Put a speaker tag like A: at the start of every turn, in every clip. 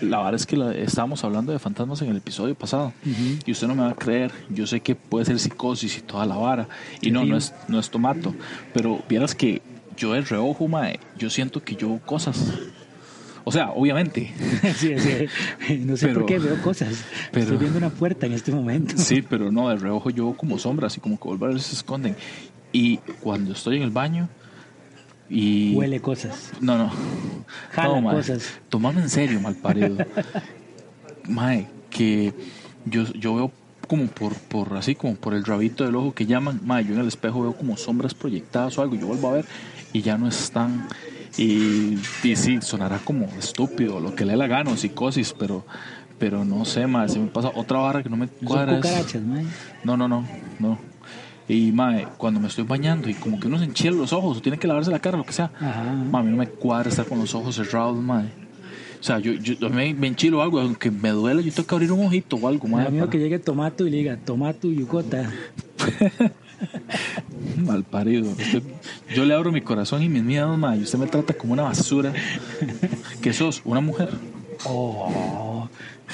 A: la verdad es que la- estábamos hablando de fantasmas en el episodio pasado. Y usted no me va a creer. Yo sé que puede ser psicosis y toda la vara. Y no, no es, no es tomato. Pero vieras que yo de reojo, mae, yo siento que yo veo cosas. O sea, obviamente.
B: Sí, sí. No sé
A: Pero-
B: por qué veo cosas.
A: pero-
B: Estoy viendo una puerta en este momento.
A: Sí, pero no, de reojo yo veo como sombras y como que volver se esconden. Y cuando estoy en el baño y...
B: Huele cosas.
A: No, no.
B: Jala
A: no, mae.
B: cosas.
A: Tomame en serio, mal parido. mae, que yo, yo veo como por, por así, como por el rabito del ojo que llaman. Mae, yo en el espejo veo como sombras proyectadas o algo. Yo vuelvo a ver y ya no están. Y, y sí, sonará como estúpido, lo que le dé la gana, o psicosis, pero, pero no sé, mae, se me pasa otra barra que no me
B: Son
A: cuadra. es-
B: cucarachas, mae.
A: no, no, no, no. Y mae, cuando me estoy bañando y como que uno se enchila los ojos, o tiene que lavarse la cara, lo que sea.
B: Ajá.
A: Mae, a mí no me cuadra estar con los ojos cerrados, mae. O sea, yo, yo yo me, me enchilo algo, aunque me duele, yo tengo que abrir un ojito o algo, mae.
B: Amigo
A: para-
B: que llegue Tomato y le diga, Tomato Yucota.
A: pues. Mal parido. Usted- yo le abro mi corazón y mis miedos, mae. Y usted me trata como una basura. que sos? Una mujer.
B: Oh,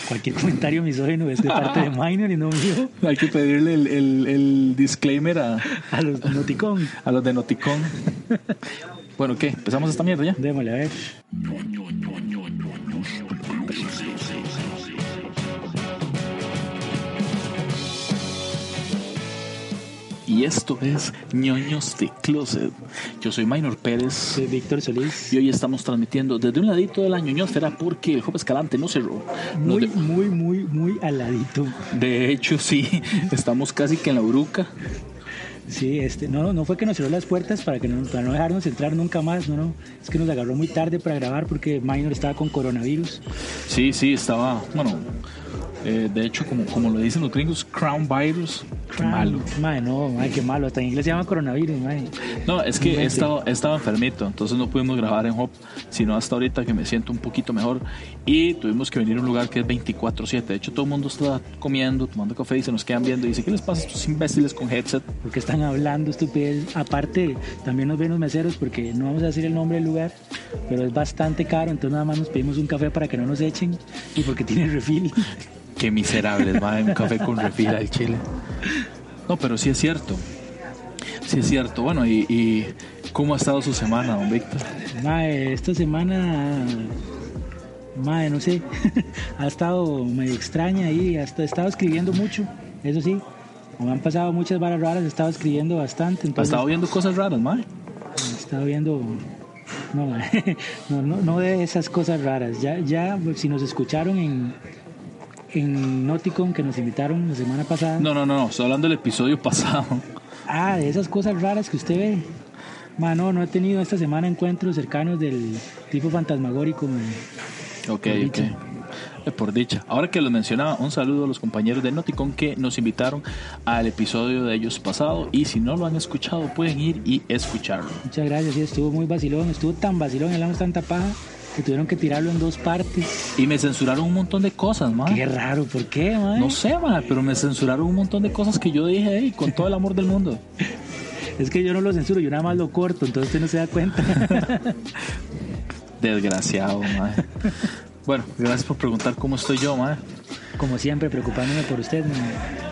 B: cualquier comentario misógino es de parte de Minor y no mío.
A: Hay que pedirle el, el- el disclaimer a,
B: A los Noticón.
A: a los de Noticón. bueno, ¿qué? ¿Empezamos esta mierda ya?
B: Démosle, a ver.
A: Y esto es Ñoños de Closet. Yo soy Minor Pérez.
B: Soy Víctor Solís.
A: Y hoy estamos transmitiendo desde un ladito de la ñoñosfera porque el Job Escalante no cerró. Nos
B: Muy, muy, muy, muy aladito.
A: de, de hecho, sí, estamos casi que en la bruca.
B: Sí, este, no, no fue que nos cerró las puertas para que no, para no dejarnos entrar nunca más, no, no. Es que nos agarró muy tarde para grabar porque Minor estaba con coronavirus.
A: Sí, sí, estaba, bueno, eh, de hecho, como, como lo dicen los gringos, Crown Virus. Qué malo.
B: Mae, no, mae, qué malo. Hasta en inglés se llama coronavirus, mae.
A: No, es que
B: Mente.
A: he estado, he estado enfermito, entonces no pudimos grabar en Hop, sino hasta ahorita que me siento un poquito mejor. Y tuvimos que venir a un lugar que es 24-7. De hecho, todo el mundo está comiendo, tomando café y se nos quedan viendo. Y dice, ¿qué les pasa a estos imbéciles con headset?
B: Porque están hablando estupidez. Aparte, también nos ven los meseros porque no vamos a decir el nombre del lugar, pero es bastante caro. Entonces nada más nos pedimos un café para que no nos echen y porque tiene refil.
A: Qué miserables, madre, un café con refil al chile. No, pero sí es cierto. Sí es cierto. Bueno, y, y ¿cómo ha estado su semana, don Víctor?
B: Mae, esta semana, mae, no sé, ha estado medio extraña ahí, hasta he estado escribiendo mucho, eso sí, me han pasado muchas varas raras, he estado escribiendo bastante,
A: ¿Ha
B: entonces
A: estado viendo cosas raras, madre?
B: he estado viendo, no, mae, no, no, no de esas cosas raras, ya, ya, pues, si nos escucharon en, en Noticon que nos invitaron la semana pasada,
A: No, no, no, no, estoy hablando del episodio pasado.
B: ah, de esas cosas raras que usted ve. Mae, no, no he tenido esta semana encuentros cercanos del tipo fantasmagórico. mae.
A: Ok,
B: Por
A: ok.
B: dicha.
A: Eh, Por dicha. Ahora que los mencionaba, un saludo a los compañeros de Noticon que nos invitaron al episodio de ellos pasado. Y si no lo han escuchado, pueden ir y escucharlo.
B: Muchas gracias, sí, estuvo muy vacilón, estuvo tan vacilón, hablamos tanta paja que tuvieron que tirarlo en dos partes.
A: Y me censuraron un montón de cosas, madre.
B: Qué raro, ¿por qué, man?
A: Ah. No sé, ma, pero me censuraron un montón de cosas que yo dije ey, con todo el amor del mundo.
B: Es que yo no lo censuro, yo nada más lo corto, entonces usted no se da cuenta.
A: Desgraciado, ma. Bueno, gracias por preguntar cómo estoy yo, ma.
B: Como siempre, preocupándome por usted, man.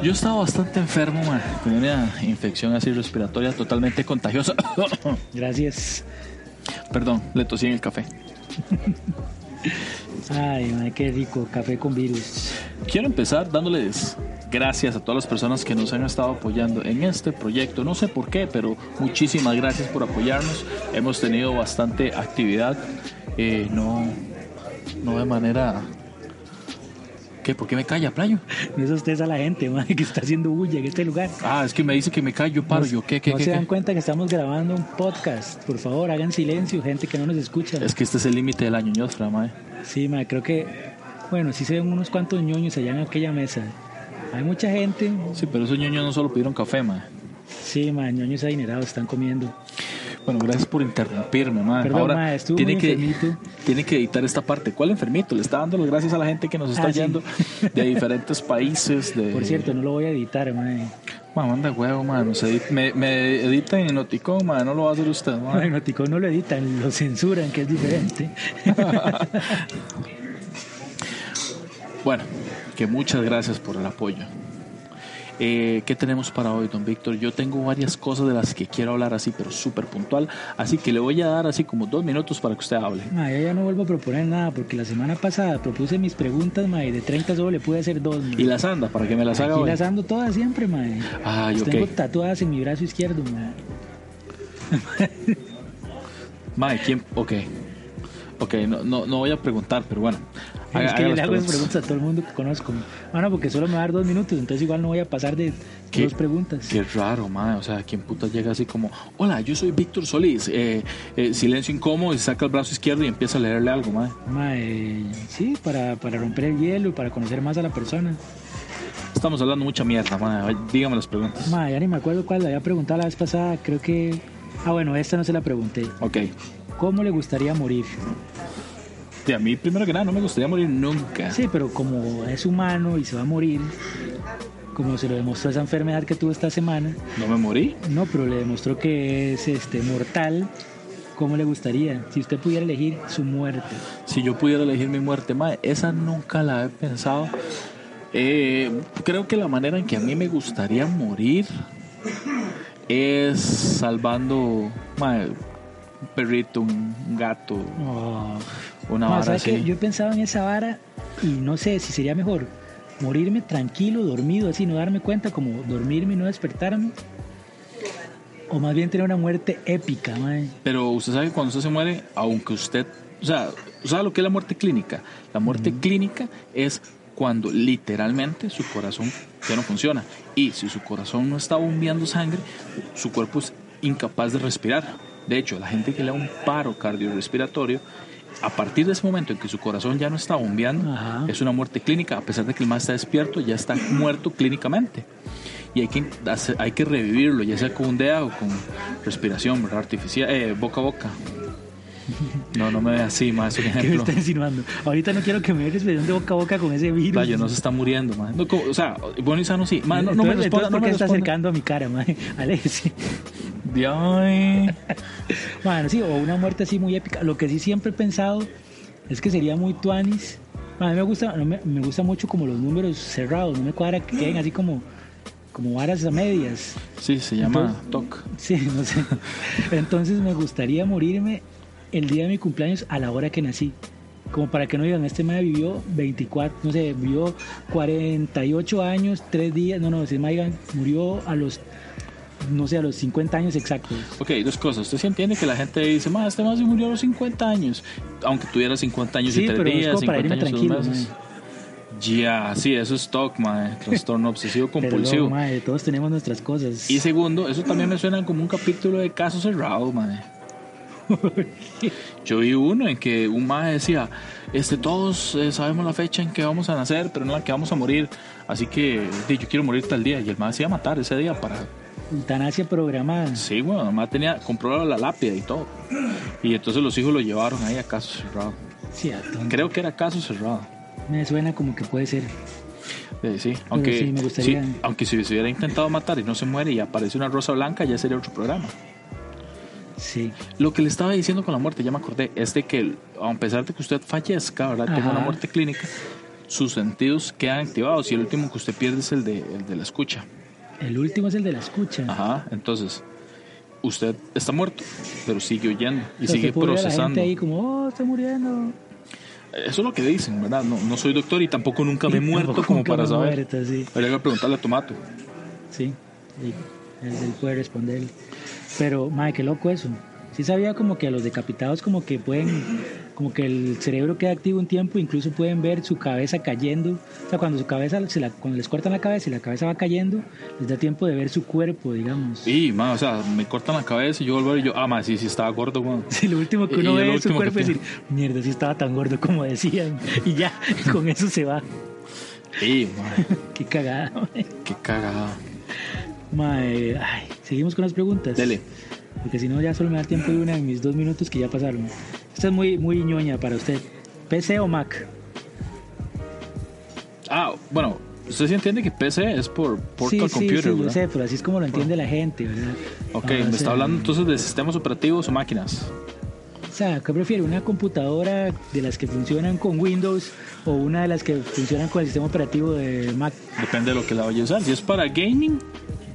A: Yo estaba bastante enfermo, ma, con una infección así respiratoria totalmente contagiosa.
B: Gracias.
A: Perdón, le tosí en el café.
B: Ay, man, qué rico, café con virus.
A: Quiero empezar dándoles gracias a todas las personas que nos han estado apoyando en este proyecto. No sé por qué, pero muchísimas gracias por apoyarnos. Hemos tenido bastante actividad, eh, no, no de manera... ¿Qué? ¿Por qué me calla, Playo?
B: No es usted a la gente, man, que está haciendo bulla en este lugar.
A: Ah, es que me dice que me callo, paro. Yo, ¿qué, qué,
B: no
A: qué,
B: se
A: qué?
B: dan cuenta que estamos grabando un podcast. Por favor, hagan silencio, gente que no nos escucha.
A: Es que este es el límite del año, ñostra, mae.
B: Sí, ma, creo que, bueno, sí se ven unos cuantos ñoños allá en aquella mesa. Hay mucha gente,
A: Sí, pero esos ñoños no solo pidieron café, mae.
B: Sí, ma, ñoños adinerados están comiendo.
A: Bueno, gracias por interrumpirme, mae.
B: Perdón,
A: Ahora,
B: mae, estuvo
A: tiene
B: muy
A: que,
B: enfermito.
A: tiene que editar esta parte. ¿Cuál enfermito? Le está dando las gracias a la gente que nos está
B: Ah, sí.
A: yendo de diferentes países. De...
B: Por cierto, no lo voy a editar, ma.
A: Mae, manda huevo, mae. nos edit- Me, me editan en Noticón, mae. No lo va a hacer usted, mae.
B: Bueno, Tico no lo editan, lo censuran, que es diferente.
A: Bueno, que muchas gracias por el apoyo. Eh, ¿Qué tenemos para hoy, don Víctor? Yo tengo varias cosas de las que quiero hablar así, pero súper puntual. Así que le voy a dar así como dos minutos para que usted hable.
B: Ma, yo ya no vuelvo a proponer nada porque la semana pasada propuse mis preguntas, ma, y de 30 solo le pude hacer dos. ma.
A: Y las anda, para que me las haga
B: Aquí
A: hoy.
B: las ando todas siempre, mae.
A: Ay,
B: Las
A: ok.
B: Tengo tatuadas en mi brazo izquierdo, mae.
A: Mae, ¿quién? Ok. Ok, no, no, no voy a preguntar, pero bueno. Haga-
B: es que
A: haga
B: yo
A: las
B: le hago
A: preguntas.
B: esas preguntas a todo el mundo que conozco. Bueno, porque solo me va a dar dos minutos, entonces igual no voy a pasar de
A: Qué-
B: dos preguntas.
A: Qué raro, mae. O sea, ¿quién puta llega así como, hola, yo soy Víctor Solís? eh, eh, silencio incómodo y saca el brazo izquierdo y empieza a leerle algo, mae.
B: Mae, eh, sí, para, para romper el hielo y para conocer más a la persona.
A: Estamos hablando mucha mierda, mae. Dígame las preguntas.
B: Mae, ya ni me acuerdo cuál le había preguntado la vez pasada, creo que... Ah, bueno, esta no se la pregunté.
A: Ok.
B: ¿Cómo le gustaría morir?
A: De a mí, primero que nada, no me gustaría morir nunca.
B: Sí, pero como es humano y se va a morir, como se lo demostró esa enfermedad que tuvo esta semana,
A: No me morí.
B: no, pero le demostró que es este, mortal, ¿cómo le gustaría? Si usted pudiera elegir su muerte.
A: Si yo pudiera elegir mi muerte, mae, esa nunca la he pensado. Eh, creo que la manera en que a mí me gustaría morir es salvando, mae, un perrito, un gato,
B: No.
A: una
B: Ma,
A: vara
B: ¿sabe qué?
A: así.
B: Yo he pensado en esa vara y no sé si sería mejor morirme tranquilo, dormido, así, no darme cuenta, como dormirme y no despertarme. O más bien tener una muerte épica, mae.
A: Pero usted sabe que cuando usted se muere, aunque usted, o sea, ¿sabe lo que es la muerte clínica? La muerte clínica es cuando literalmente su corazón ya no funciona. Y si su corazón no está bombeando sangre, su cuerpo es incapaz de respirar. De hecho, la gente que le da un paro cardiorrespiratorio, a partir de ese momento en que su corazón ya no está bombeando,
B: Ajá.
A: es una muerte clínica. A pesar de que el más está despierto, ya está muerto clínicamente y hay que, hacer- hay que revivirlo, ya sea con un dedo o con respiración ¿verdad? artificial, eh, boca a boca. No, no me ve así, más es un
B: ¿Qué me
A: ejemplo.
B: está insinuando? Ahorita no quiero que me dé respiración de boca a boca con ese virus.
A: Playo no se está muriendo, ma. No, como- o sea, bueno y sano sí. Ma, no, no me
B: Entonces-
A: responda,
B: entonces,
A: no
B: ¿por qué
A: me
B: está
A: responda.
B: acercando a mi cara, mae? Alexi.
A: Ay.
B: Bueno, sí, o una muerte así muy épica. Lo que sí siempre he pensado es que sería muy tuanis. A mí me gusta, no me, me gusta mucho como los números cerrados, no me cuadra que queden así como, como varas a medias.
A: Sí, se llama TOC.
B: Sí, no sé. Entonces me gustaría morirme el día de mi cumpleaños a la hora que nací. Como para que no digan, este mae vivió 24, no sé, vivió 48 años, 3 días. No, no, si me digan, murió a los, no sé, a los 50 años exactos.
A: Ok, dos cosas. Usted sí entiende que la gente dice, ma, este más se murió a los 50 años. Aunque tuviera 50 años
B: Sí,
A: y tres
B: pero es
A: días,
B: como para
A: 50
B: irme
A: años y
B: tranquilo,
A: dos meses. Ya, sí, eso es TOC, ma. Trastorno obsesivo
B: Pero no,
A: compulsivo.
B: mae, todos tenemos nuestras cosas.
A: Y segundo, eso también me suena como un capítulo de caso cerrado, madre. Yo vi uno en que un madre decía, este, todos eh, sabemos la fecha en que vamos a nacer, pero no la que vamos a morir. Así que di, yo quiero morir tal día. Y el madre se iba a matar ese día para...
B: Eutanasia programada.
A: Sí, bueno, la madre tenía, compró la lápida y todo. Y entonces los hijos lo llevaron ahí a caso cerrado.
B: Sí, a tonto.
A: Creo que era caso cerrado.
B: Me suena como que puede ser.
A: Eh, sí, aunque,
B: sí, me gustaría.
A: sí, aunque si se hubiera intentado matar y no se muere y aparece una rosa blanca, ya sería otro programa.
B: Sí.
A: Lo que le estaba diciendo con la muerte, ya me acordé, es de que a pesar de que usted fallezca, ¿verdad? Tenga
B: Ajá.
A: una muerte clínica, sus sentidos quedan activados y el último que usted pierde es el de, el de la escucha.
B: El último es el de la escucha.
A: Ajá, entonces, usted está muerto, pero sigue oyendo y
B: O sea,
A: sigue
B: se puede ver a la
A: procesando.
B: gente ahí como, oh, está muriendo.
A: Eso es lo que dicen, ¿verdad? No, no soy doctor y tampoco nunca me he
B: Y
A: muerto
B: tampoco
A: como
B: nunca
A: para
B: me
A: saber.
B: muerto, sí.
A: Habría que preguntarle a Tomato.
B: Sí. Y él, él puede responder. Pero, madre, qué loco eso. Sí sabía como que a los decapitados como que pueden, como que el cerebro queda activo un tiempo, incluso pueden ver su cabeza cayendo. O sea, cuando su cabeza, se la- cuando les cortan la cabeza y la cabeza va cayendo, les da tiempo de ver su cuerpo, digamos.
A: Y, ma, o sea, me cortan la cabeza y yo vuelvo y yo, ah, ma, sí, sí, estaba gordo, weón.
B: Sí, lo último que
A: Y- y
B: uno
A: lo
B: ve es su
A: último que
B: cuerpo y decir, mierda, sí estaba tan gordo como decían. Y ya, con eso se va.
A: Y, ma,
B: Qué cagada, mae.
A: qué cagada.
B: Mae, ay, seguimos con las preguntas.
A: Dele.
B: Porque si no, ya solo me da tiempo de una de mis dos minutos que ya pasaron. Esta es muy, muy ñoña para usted. ¿PC o Mac?
A: Ah, bueno, usted sí entiende que PC es por Portal
B: sí,
A: Computer,
B: sí, sí, yo
A: ¿verdad?
B: sé, pero así es como lo entiende la gente, ¿verdad?
A: Ok,
B: Ah,
A: me
B: o sea,
A: está hablando entonces de sistemas operativos o máquinas.
B: sea, ¿qué prefiere? ¿Una computadora de las que funcionan con Windows o una de las que funcionan con el sistema operativo de Mac?
A: Depende de lo que la vaya a usar. Si es para gaming,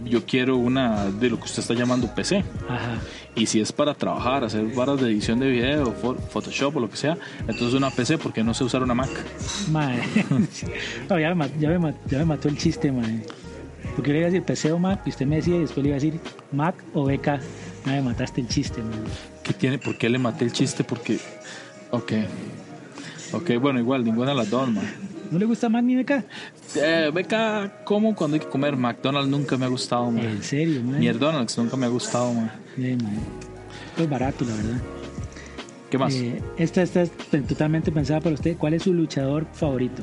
A: yo quiero una de lo que usted está llamando PC.
B: Ajá.
A: Y si es para trabajar, hacer varas de edición de video, fo- Photoshop o lo que sea, entonces una PC porque no sé usar una Mac.
B: Mae. No, ya, me, ma- ya me ma- ya me mató el chiste, mae. Porque yo le iba a decir PC o Mac y usted me decía y después le iba a decir Mac o BK. Mae, mataste el chiste, mae.
A: ¿Qué tiene? ¿Por qué le maté el chiste? Porque... Ok. Ok, bueno, igual, ninguna de las dos, man.
B: ¿No le gusta Mac ni BK?
A: Eh, beca, como cuando hay que comer? McDonald's nunca me ha gustado, man.
B: En serio, mae.
A: Ni el Donald's nunca me ha gustado, man.
B: Sí, mae. Pues barato, la verdad.
A: ¿Qué más?
B: Eh, esta, esta es pe- totalmente pensada para usted. ¿Cuál es su luchador favorito?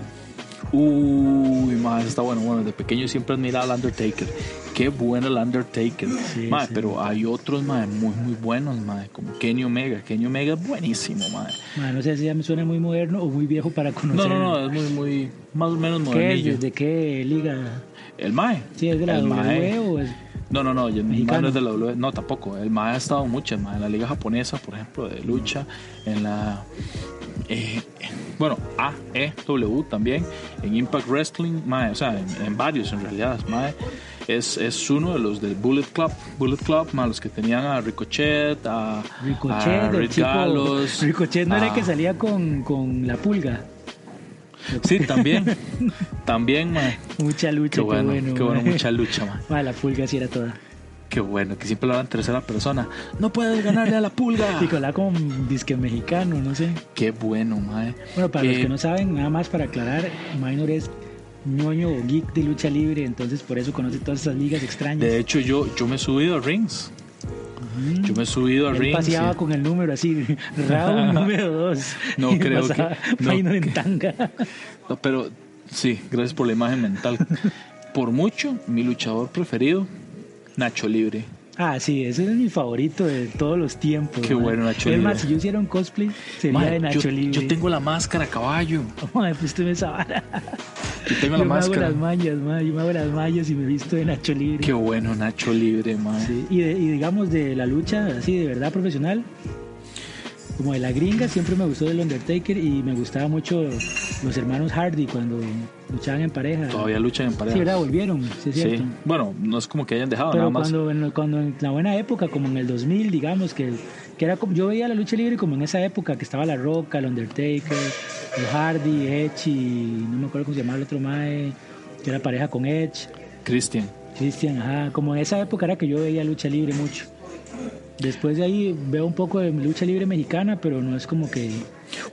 A: Uy, más está bueno. Bueno, desde pequeño siempre admiraba al Undertaker. Qué bueno el Undertaker.
B: Sí,
A: Mae,
B: sí.
A: pero hay otros, mae, muy, muy buenos, mae, como Kenny Omega. Kenny Omega es buenísimo, mae.
B: Mae, no sé si ya me suena muy moderno o muy viejo para
A: No,
B: conocer.
A: no, no, es muy, muy, más o menos
B: ¿Qué es?
A: modernillo.
B: ¿Desde qué liga?
A: El mae.
B: ¿Sí es de la
A: El
B: WWE
A: mae.
B: o es
A: No, no, no, el mae
B: Mexicano.
A: no es de la WWE. No, tampoco. El mae ha estado mucho, mae, en la liga japonesa, por ejemplo, de lucha, en la... eh, bueno, AEW también, en Impact Wrestling, mae, o sea, en, en varios en realidad, mae. Es, es uno de los del Bullet Club, Bullet Club, mae, los que tenían a Ricochet, a, a
B: Ricochet? el
A: Red
B: chico-
A: Gallows,
B: Ricochet no era el
A: a-
B: que salía con, con la pulga.
A: Sí, también, también, mae.
B: Mucha lucha,
A: Qué bueno, qué bueno,
B: mae.
A: mucha lucha, mae.
B: Ah, la pulga sí era toda.
A: Qué bueno, que siempre lo hablan en tercera persona. No puedes ganarle a la pulga.
B: Y con la con disque mexicano, no sé.
A: Qué bueno, mae.
B: Bueno, para los
A: Eh,
B: que no saben, nada más para aclarar, Minor es ñoño o geek de lucha libre, entonces por eso conoce todas esas ligas extrañas.
A: De hecho, yo, yo me he subido a rings.
B: Ujú.
A: Yo me he subido a
B: Él
A: rings.
B: paseaba
A: y-
B: con el número así, round número 2.
A: No creo que- no
B: Minor en
A: que-
B: tanga.
A: No, pero sí, gracias por la imagen mental. por mucho, mi luchador preferido, Nacho Libre.
B: Ah, sí, ese es mi favorito de todos los tiempos.
A: Qué
B: man.
A: bueno, Nacho
B: Es
A: Libre.
B: más, si yo hiciera un cosplay, sería
A: Mae,
B: de
A: yo-
B: Nacho
A: yo,
B: Libre.
A: tengo la máscara, caballo.
B: Mae, pues usted me sabe.
A: Yo tengo la
B: Yo me hago
A: máscara.
B: las mallas, mae, Yo me hago las mallas y me visto de Nacho Libre.
A: Qué bueno, Nacho Libre, mae.
B: Sí, y, de- y digamos de la lucha así de verdad profesional, como de la gringa, siempre me gustó del Undertaker y me gustaba mucho los hermanos Hardy cuando luchaban en pareja.
A: Todavía luchan en
B: Sí, ¿verdad?
A: pareja.
B: Volvieron, sí, es cierto.
A: sí. Bueno, no es como que hayan dejado nada
B: Pero
A: más.
B: cuando, en- cuando en la buena época, como en el 2000, digamos, que, que era como, yo veía la lucha libre como en esa época, que estaba La Roca, el Undertaker, el Hardy, Edge y no me acuerdo cómo se llamaba el otro Mae, que era pareja con Edge.
A: Christian.
B: Cristian, ajá, como en esa época era que yo veía lucha libre mucho. Después de ahí veo un poco de lucha libre mexicana, pero no es como que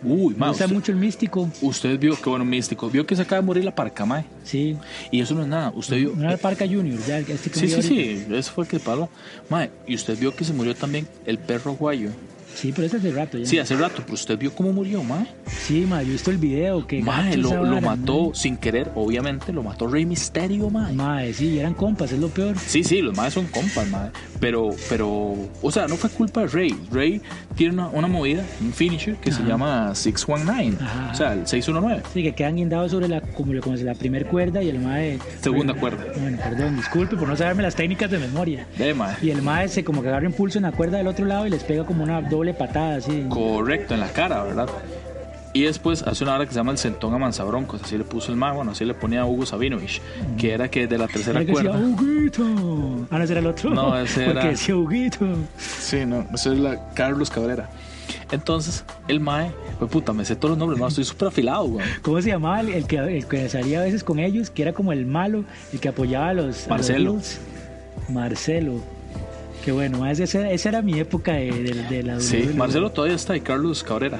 A: Uy,
B: me
A: mae.
B: gusta
A: Usted,
B: mucho el místico.
A: usted vio, qué bueno, místico. Vio que se acaba de morir la parca, mae.
B: Sí,
A: Y eso no es nada. Usted vio.
B: no era el Parca Junior, ya este que
A: Sí,
B: vi
A: sí,
B: ahorita.
A: sí, eso fue el que paró. Mae, y usted vio que se murió también el perro guayo.
B: Sí, pero ese hace rato ya.
A: Sí, hace rato, pero usted vio cómo murió, mae.
B: Sí, ma, yo he visto el video que
A: Mae,
B: gacho
A: lo,
B: esa
A: lo
B: vara,
A: mató sin querer, obviamente, lo mató Rey Misterio, mae.
B: ma. Mae, sí, y eran compas, es lo peor.
A: Sí, sí, los maes son compas, mae. Pero, pero, o sea, no fue culpa de Rey. Rey tiene una, una movida, un finisher que se llama 619.
B: Ajá.
A: O sea, el 619.
B: Sí, que quedan guindados sobre la como, lo- como la primera cuerda y el mae
A: Segunda cuerda.
B: Bueno, perdón, disculpe por no saberme las técnicas de memoria.
A: De mae.
B: Y el mae se como que agarra impulso en la cuerda del otro lado y les pega como una doble patada así.
A: Correcto, en la cara, ¿verdad? Y después hace una hora que se llama el sentón a manzabroncos, así le puso el mago, bueno, así le ponía a Hugo Sabinovich, que era que de la tercera
B: Era que decía
A: cuerda.
B: Huguito. Ah, no, ese era el otro.
A: No, ese era-
B: Porque decía Huguito.
A: Sí, no, eso es la Carlos Cabrera. Entonces, el mae, pues puta, me sé todos los nombres, no, estoy súper afilado, güey.
B: ¿Cómo se llamaba el, el que, el que salía a veces con ellos? Que era como el malo, el que apoyaba a los. a los
A: Marcelo.
B: Bills. Marcelo. Qué bueno, más ese- esa era mi época de, de- de la E.
A: Sí,
B: WWE.
A: Marcelo todavía está y Carlos Cabrera.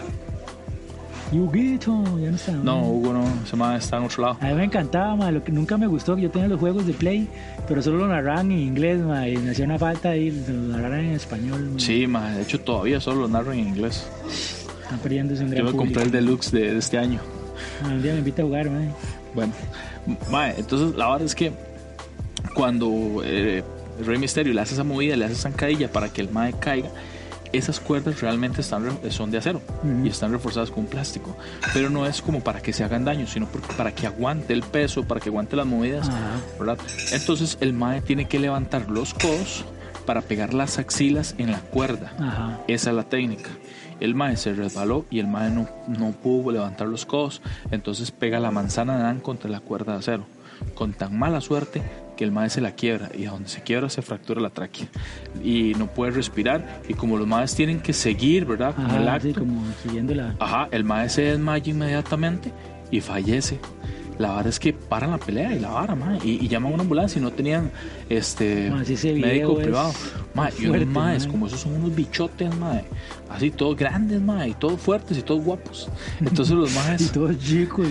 B: Y Huguito, ya no está.
A: No, Hugo no, ese mae está en otro lado.
B: A mí me encantaba, ma, lo que nunca me gustó, que yo tenía los juegos de Play, pero solo lo narraban en inglés, ma, y me hacía una falta ahí, lo narraran en español. ma.
A: Sí, mae, de hecho todavía solo lo narro en inglés.
B: Están perdiéndose un gran
A: Yo me compré el
B: público.
A: deluxe de, de este año.
B: Ma, Un día me invita a jugar, ma.
A: Bueno, mae, entonces la verdad es que cuando eh, Rey Misterio le hace esa movida, le hace zancadilla para que el mae caiga, esas cuerdas realmente están re- eh, son de acero
B: Ujú.
A: y están reforzadas con plástico. Pero no es como para que se hagan daño, sino porque- para que aguante el peso, para que aguante las movidas,
B: Ajá.
A: ¿verdad? Entonces el mae tiene que levantar los codos para pegar las axilas en la cuerda.
B: Ajá.
A: Esa es la técnica. el mae se resbaló y el mae no, no pudo levantar los codos, entonces pega la manzana de Dan contra la cuerda de acero, con tan mala suerte que el mae se la quiebra y donde se quiebra se fractura la tráquea y no puede respirar y como los maes tienen que seguir, ¿verdad? Con el
B: Ajá,
A: acto,
B: Ah, sí, como siguiendo la.
A: Ajá, el mae se desmaya inmediatamente y fallece. La vara es que paran la pelea y la vara, mae, y, y llaman a una ambulancia y no tenían este
B: Mae, sí, ese video
A: médico
B: es
A: privado. Mae, y
B: fuerte,
A: unos maes,
B: mae.
A: como esos son unos bichotes, mae, así todos grandes, mae, y todos fuertes y todos guapos. Entonces los
B: Y
A: maes
B: todos chicos.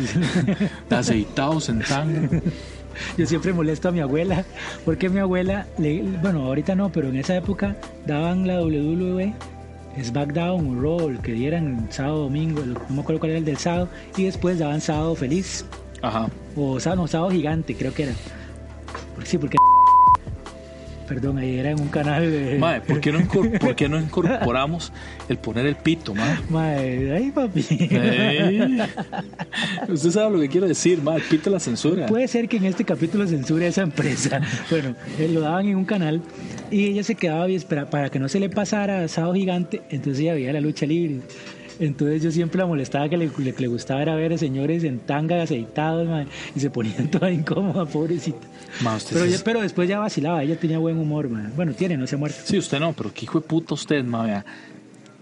A: aceitados en sangre.
B: Yo siempre molesto a mi abuela, porque mi abuela, le- bueno, ahorita no, pero en esa época daban la WWE, Smackdown o Raw, el que dieran sábado, domingo, el- no me acuerdo cuál era el del sábado, y después daban sábado feliz,
A: Ajá.
B: o sábado, no, sábado gigante, creo que era. Porque sí, porque. Perdón, ahí era en un canal de.
A: Mae, ¿por qué no, incor- por qué no incorporamos el poner el pito, mae?
B: Mae, ay, papi.
A: Ey. Usted sabe lo que quiero decir, mae, el pito es la censura.
B: Puede ser que en este capítulo censure a esa empresa. Bueno, eh, lo daban en un canal y ella se quedaba y espera- para que no se le pasara a Sao Gigante, entonces ella veía la lucha libre. Entonces yo siempre la molestaba que le, le- que le gustaba era ver a señores en tanga aceitados mae, y se ponían toda incómoda, pobrecita.
A: Mae, usted
B: Pero,
A: sí
B: ya- pero después ya vacilaba, ella tenía buen humor. mae. Bueno, tiene, no se ha muerto.
A: Sí, usted no, pero qué hijo de puta usted, mae. vea.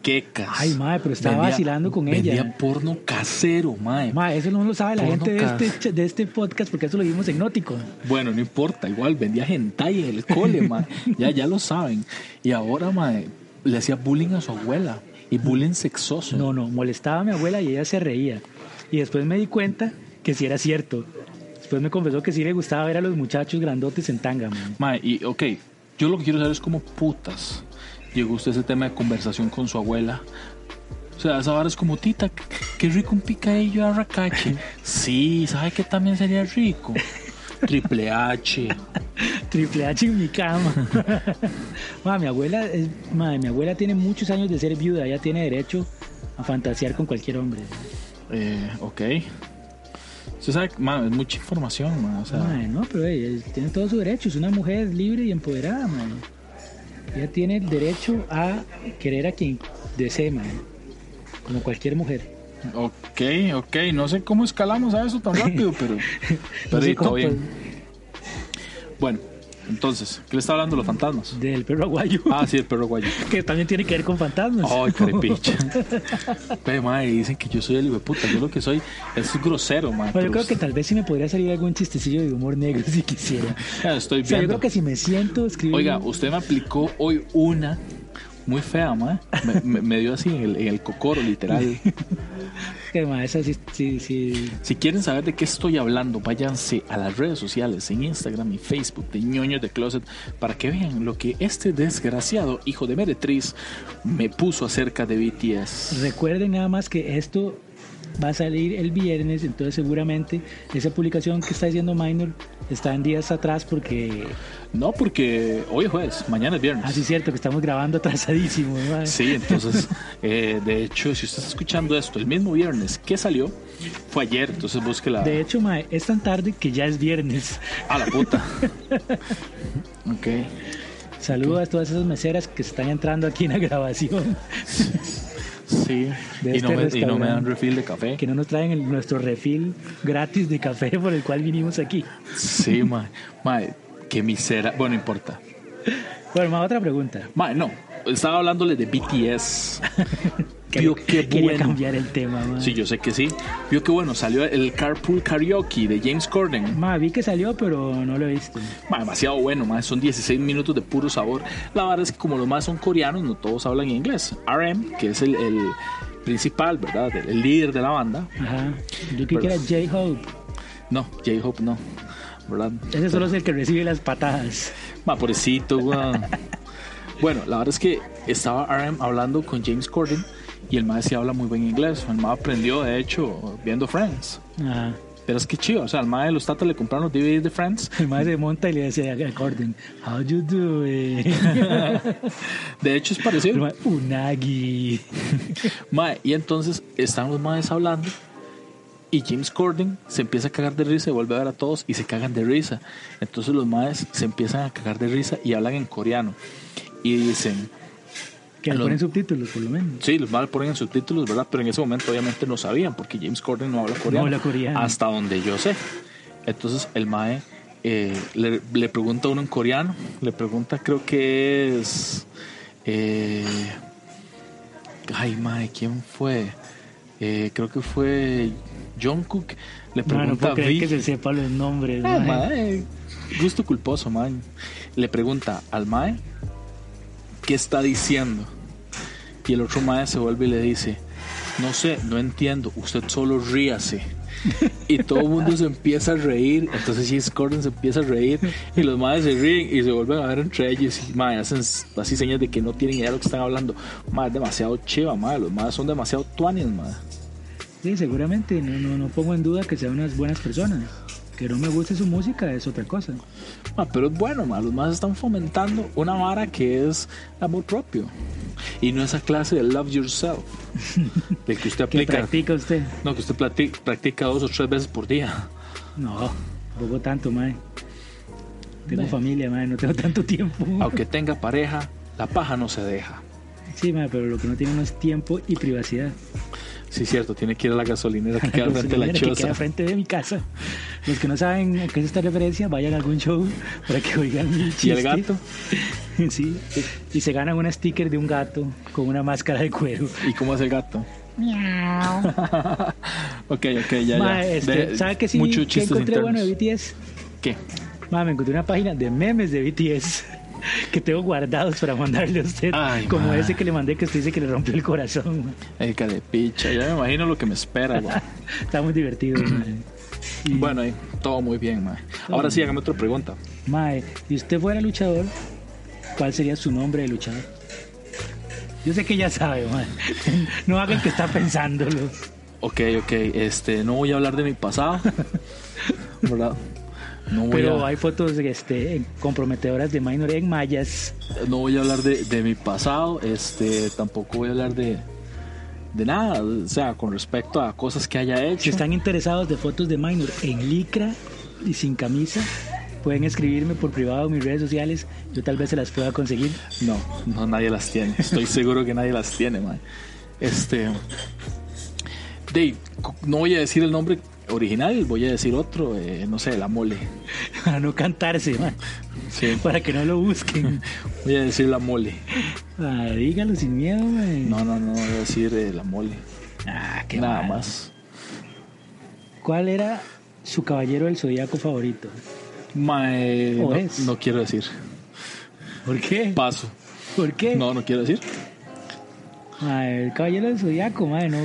A: Quecas.
B: Ay, mae, pero estaba vacilando con ella.
A: Vendía porno casero, eh. mae.
B: Mae, eso no lo sabe la
A: Porno
B: gente de
A: cas-
B: este, ch- de este podcast porque eso lo vimos en Nótico.
A: Bueno, no importa, igual vendía hentai en el cole, mae. Ya, ya lo saben. Y ahora, mae, le hacía bullying a su abuela. Y bullying sexoso.
B: No, no, molestaba a mi abuela y ella se reía. Y después me di cuenta que sí era cierto. Después me confesó que sí le gustaba ver a los muchachos grandotes en tanga, man.
A: Mae, y ok, yo lo que quiero saber es cómo putas llegó usted a ese tema de conversación con su abuela. O sea, esa vara es como, tita, qué- qué rico un picadillo de arracache. Sí, ¿sabe qué también sería rico? Triple H.
B: Triple H en mi cama. Ma, mi abuela es- ma, mi abuela tiene muchos años de ser viuda, ella tiene derecho a fantasear con cualquier hombre.
A: Eh, ok. Usted sabe, mae, es mucha información, mae, O sea,
B: Ma, no, pero ella tiene todo su derecho, es una mujer libre y empoderada, man. Ella tiene el derecho a querer a quien desee, man. Como cualquier mujer.
A: ok, ok. No sé cómo escalamos a eso tan rápido, pero. Pero
B: No sé
A: sí, todo
B: cómo,
A: bien. Bueno, entonces, ¿qué le está hablando de los fantasmas?
B: pero- Del perro aguayo.
A: Ah, sí, el perro guayo.
B: Que también tiene que ver con fantasmas.
A: Ay, carepicha. Pero, madre, dicen que yo soy el hijo de puta. Yo lo que soy es grosero, madre.
B: Bueno,
A: pero
B: yo creo que tal vez sí me podría salir algún chistecillo de humor negro si quisiera.
A: usted- Estoy
B: O sea, yo
A: viendo.
B: creo que si me siento escribir.
A: Oiga, usted me aplicó hoy una muy fea, madre. Me, me- me dio así en el, en el cocoro, literal.
B: que ma, esa sí, sí, sí.
A: Si quieren saber de qué estoy hablando, váyanse a las redes sociales, en Instagram y Facebook de ñoños de closet, para que vean lo que este desgraciado hijo de meretriz me puso acerca de BTS.
B: Recuerden nada más que esto va a salir el viernes, entonces seguramente esa publicación que está diciendo Minor está en días atrás porque
A: No, porque hoy es jueves, mañana es viernes.
B: así es cierto que estamos grabando atrasadísimo. ma.
A: Sí, entonces, eh, de hecho, si usted está escuchando esto el mismo viernes que salió, fue ayer, entonces búsquela
B: De hecho, ma, es tan tarde que ya es viernes.
A: a la puta. ok.
B: Saludos a todas esas meseras que están entrando aquí en la grabación.
A: Sí,
B: De
A: y no,
B: este
A: me, y no me dan
B: restaurante.
A: refil de café.
B: que no nos traen el- nuestro refil gratis de café por el cual vinimos aquí.
A: Sí, mae. Mae, qué misera. Bueno, no importa.
B: Bueno, más otra pregunta.
A: Mae, no. Estaba hablándole de BTS. Vio qué
B: Quería- quería
A: bueno.
B: cambiar el tema, ma.
A: Sí, yo sé que sí. Vio que bueno, salió el Carpool Karaoke de James Corden.
B: Ma, vi que salió, pero no lo he visto.
A: Ma, demasiado bueno, ma. son 16 minutos de puro sabor. La verdad es que como los más son coreanos, no todos hablan inglés. RM, que es el, el principal, ¿verdad? El, el líder de la banda.
B: Ajá. Yo creo que era J-Hope.
A: No, J-Hope no, ¿verdad?
B: Ese solo es el que recibe las patadas.
A: Ma, pobrecito, weón. Bueno, la verdad es que estaba RM hablando con James Corden y el ma sí habla muy buen inglés. El ma aprendió, de hecho, viendo Friends.
B: Ajá.
A: Pero es que chido, o sea, al ma de los tatas le compraron los DVDs de Friends
B: El madre se monta y le dice a Corden, How you doing?
A: De hecho, es
B: El
A: parecido.
B: mae, Unagi.
A: Mae, y entonces están los maes hablando y James Corden se empieza a cagar de risa y vuelve a ver a todos y se cagan de risa. Entonces los maes se empiezan a cagar de risa y hablan en coreano y dicen,
B: Que le
A: Lo-
B: ponen subtítulos, por lo menos.
A: Sí, los mal ponen en subtítulos, ¿verdad? Pero en ese momento obviamente no sabían, porque James Corden no habla coreano.
B: habla coreano.
A: Hasta donde yo sé. Entonces el Mae eh, le, le pregunta a uno en coreano, le pregunta, creo que es. eh, ay, Mae, ¿quién fue? Eh, creo que fue Jungkook. Le
B: No, no
A: pregunta
B: puedo
A: a
B: creer
A: Vi.
B: que se sepa los nombres.
A: Ah,
B: mae.
A: mae, Gusto culposo, mae. Le pregunta al mae qué está diciendo. Y el otro mae se vuelve y le dice, no sé, no entiendo, usted solo ríase. Y todo el mundo se empieza a reír, entonces James Corden se empieza a reír y los maes se ríen y se vuelven a ver entre ellos y mae, hacen así señas de que no tienen idea de lo que están hablando. Mae, es demasiado chiva, mae, los maes son demasiado tuanes, mae.
B: Sí, seguramente. No, no, no pongo en duda que sean unas buenas personas. Que no me guste su música es otra cosa.
A: Ma, Ah, pero es bueno, ma, los más están fomentando una vara que es amor propio. Y no esa clase de love yourself, del que usted
B: ¿Qué
A: aplica.
B: practica usted?
A: No, que usted plati- practica dos o tres veces por día.
B: No, poco tanto, mae. Tengo
A: Mae.
B: familia, mae, no tengo tanto tiempo.
A: Aunque tenga pareja, la paja no se deja.
B: Sí, mae, pero lo que no tiene no es tiempo y privacidad.
A: Sí, cierto, tiene que ir a la gasolinera que queda
B: Pues,
A: frente a la
B: mira, que queda
A: choza.
B: frente de mi casa. Los que no saben a qué es esta referencia, vayan a algún show para que oigan mi chiste.
A: Y el gato,
B: Sí. Y se ganan un sticker de un gato con una máscara de cuero.
A: ¿y cómo hace el gato? ok, ok, ya, ya.
B: Mae, este,
A: De-
B: ¿Sabe qué sí?
A: Muchos
B: ¿Qué
A: chistes
B: encontré
A: internos.
B: bueno de BTS?
A: ¿Qué?
B: Mae, me encontré una página de memes de BTS que tengo guardados para mandarle a usted.
A: Ay,
B: como
A: mae.
B: ese que le mandé que usted dice que le rompió el corazón. mae.
A: El calepicha, ya me imagino lo que me espera, güey.
B: Está muy divertido. mae. Y-
A: Bueno, ahí, todo muy bien, ma. Ahora sí, hágame otra pregunta.
B: Mae, si usted fuera luchador, ¿cuál sería su nombre de luchador? Yo sé que ya sabe, mae. No hagan que está pensándolo.
A: Ok, ok, este, no voy a hablar de mi pasado, ¿verdad? No voy,
B: Pero
A: a,
B: hay fotos este, comprometedoras de Minor en mayas.
A: no voy a hablar de, de mi pasado, este, tampoco voy a hablar de, de nada, o sea, con respecto a cosas que haya
B: Si
A: hecho.
B: están interesados de fotos de Minor en licra y sin camisa, pueden escribirme por privado en mis redes sociales. Yo tal vez se las pueda conseguir.
A: No, no, nadie las tiene, estoy seguro que nadie las tiene, man. Este, Dave, cu- no voy a decir el nombre original, voy a decir otro, eh, no sé, la mole.
B: Para no cantarse, mae.
A: Sí,
B: Para que no lo busquen.
A: voy a decir la mole.
B: Ah, dígalo sin miedo, mae.
A: No, no, no, voy a decir eh, la mole.
B: Ah, qué
A: Nada
B: mal.
A: más.
B: ¿Cuál era su caballero del zodiaco favorito?
A: Mae, eh, no,
B: ¿O es?
A: no quiero decir.
B: ¿Por qué?
A: Paso.
B: ¿Por qué?
A: No, no quiero decir.
B: Mae, el caballero del zodiaco, mae, no,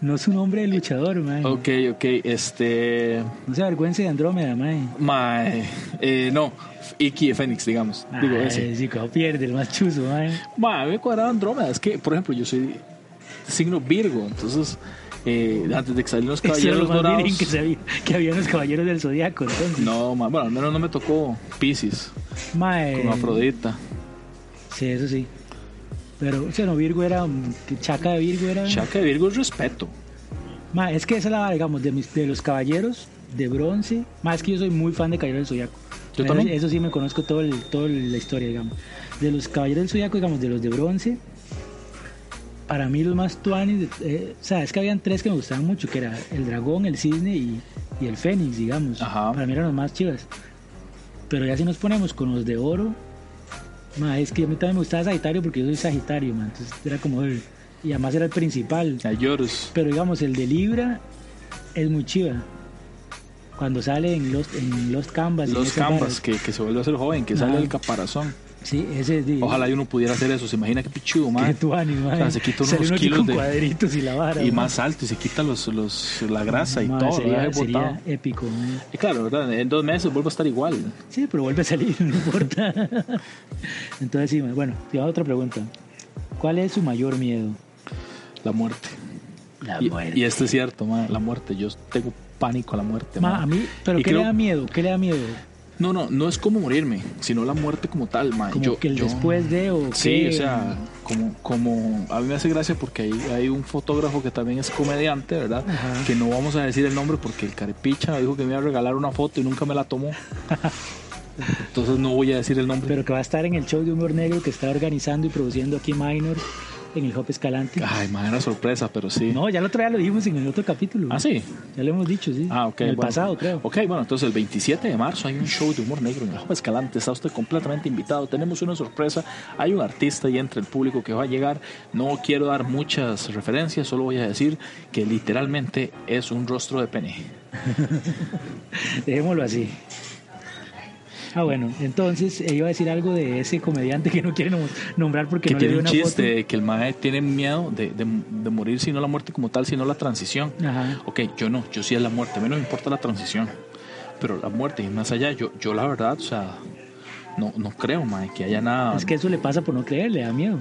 B: no es un hombre de luchador, mae.
A: Ok, ok. Este.
B: No se avergüence de Andrómeda, mae.
A: Mae. eh, no. Iki de Fénix, digamos. Digo
B: Ay,
A: ese.
B: sí, como pierde, Ah, el más chuzo, mae.
A: Mae, me cuadraba Andrómeda. Es que, por ejemplo, yo soy signo Virgo. Entonces, eh, antes de que salieran los
B: Eso es lo
A: caballeros
B: más
A: dorados.
B: virgen que, sabía, que había en los caballeros del zodiaco, entonces.
A: No, mae. Bueno, al menos no me tocó Pisces
B: Mae.
A: con Afrodita.
B: Sí, eso sí. Pero, o sea, no, Virgo era. un- Chaca de Virgo era.
A: Chaca de Virgo es respeto.
B: Mae, es que esa es la vara, digamos, de, mis, de los caballeros de bronce. Más es que yo soy muy fan de Caballeros del Zodiaco.
A: Yo
B: Eso-
A: también.
B: Eso sí me conozco toda todo el- todo la historia, digamos. De los Caballeros del Zodiaco, digamos, de los de bronce. Para mí los más tuanis, eh, o sea, es que habían tres que me gustaban mucho, que era el dragón, el cisne y, y el fénix, digamos.
A: Ajá.
B: Para mí eran los más chivas. Pero ya si nos ponemos con los de oro, ma, es que a mí también me gustaba Sagitario porque yo soy Sagitario, man. Entonces era como el... Y además era el principal.
A: A Lloros.
B: Pero digamos, el de Libra es muy chiva. Cuando sale en Lost, en Lost Canvas. en
A: Los
B: esas
A: cambas
B: varas.
A: que, que se vuelve a ser joven, que sale
B: Ajá.
A: del caparazón.
B: Sí, ese es de.
A: Ojalá y uno pudiera hacer eso. Se imagina qué pichudo,
B: Que
A: mae.
B: tu ánimo,
A: O sea,
B: eh.
A: se quita unos
B: Sale uno aquí
A: kilos
B: con
A: de-
B: cuadritos y la vara.
A: y
B: ¿no?
A: más alto y se quita los, los, la grasa y
B: Ma,
A: todo. lo
B: Sería,
A: deja botado.
B: sería épico, ¿no?
A: Y claro, ¿verdad? en dos meses vuelvo a estar igual.
B: Sí, pero vuelve a salir, no importa. Entonces, sí, ma, bueno, te hago otra pregunta. ¿Cuál es su mayor miedo?
A: La muerte.
B: La
A: Y, y esto es cierto, ma, la muerte. Yo tengo pánico a la muerte. ma.
B: a mí, ¿pero
A: Y
B: qué le
A: creo-
B: da miedo? ¿Qué le da miedo?
A: No, no, no es como morirme, sino la muerte como tal. Ma.
B: Como
A: yo,
B: que el
A: yo-
B: después de o
A: Sí,
B: qué?
A: o sea, como, como a mí me hace gracia porque hay, hay un fotógrafo que también es comediante, ¿verdad?
B: Ajá.
A: Que no vamos a decir el nombre porque el carepicha me dijo que me iba a regalar una foto y nunca me la tomó. Entonces no voy a decir el nombre.
B: Pero que va a estar en el show de humor negro que está organizando y produciendo aquí Minor en el Hop Escalante.
A: Ay, madre, era sorpresa, pero sí.
B: No, ya el otro día lo dijimos en el otro capítulo.
A: Ah, sí.
B: Ya lo hemos dicho, sí.
A: Ah, ok.
B: En el
A: bueno.
B: pasado, creo.
A: Ok, bueno, entonces el 27 de marzo hay un show de humor negro en el Ojo Escalante. Está usted completamente invitado. Tenemos una sorpresa. Hay un artista y entre el público que va a llegar. No quiero dar muchas referencias, solo voy a decir que literalmente es un rostro de pene.
B: Dejémoslo así. Ah, bueno, entonces eh, iba a decir algo de ese comediante que no quiere nom- nombrar porque
A: Que
B: no le
A: tiene
B: dio
A: un
B: una
A: chiste, que el mae tiene miedo de, de, de morir, si no la muerte como tal, sino la transición.
B: foto. Ajá.
A: Ok, yo no, yo sí es la muerte, a mí no me importa la transición, pero la muerte y más allá, yo, yo la verdad, o sea, no, no creo, mae, que haya nada.
B: Es que eso le pasa por no creer, le da miedo.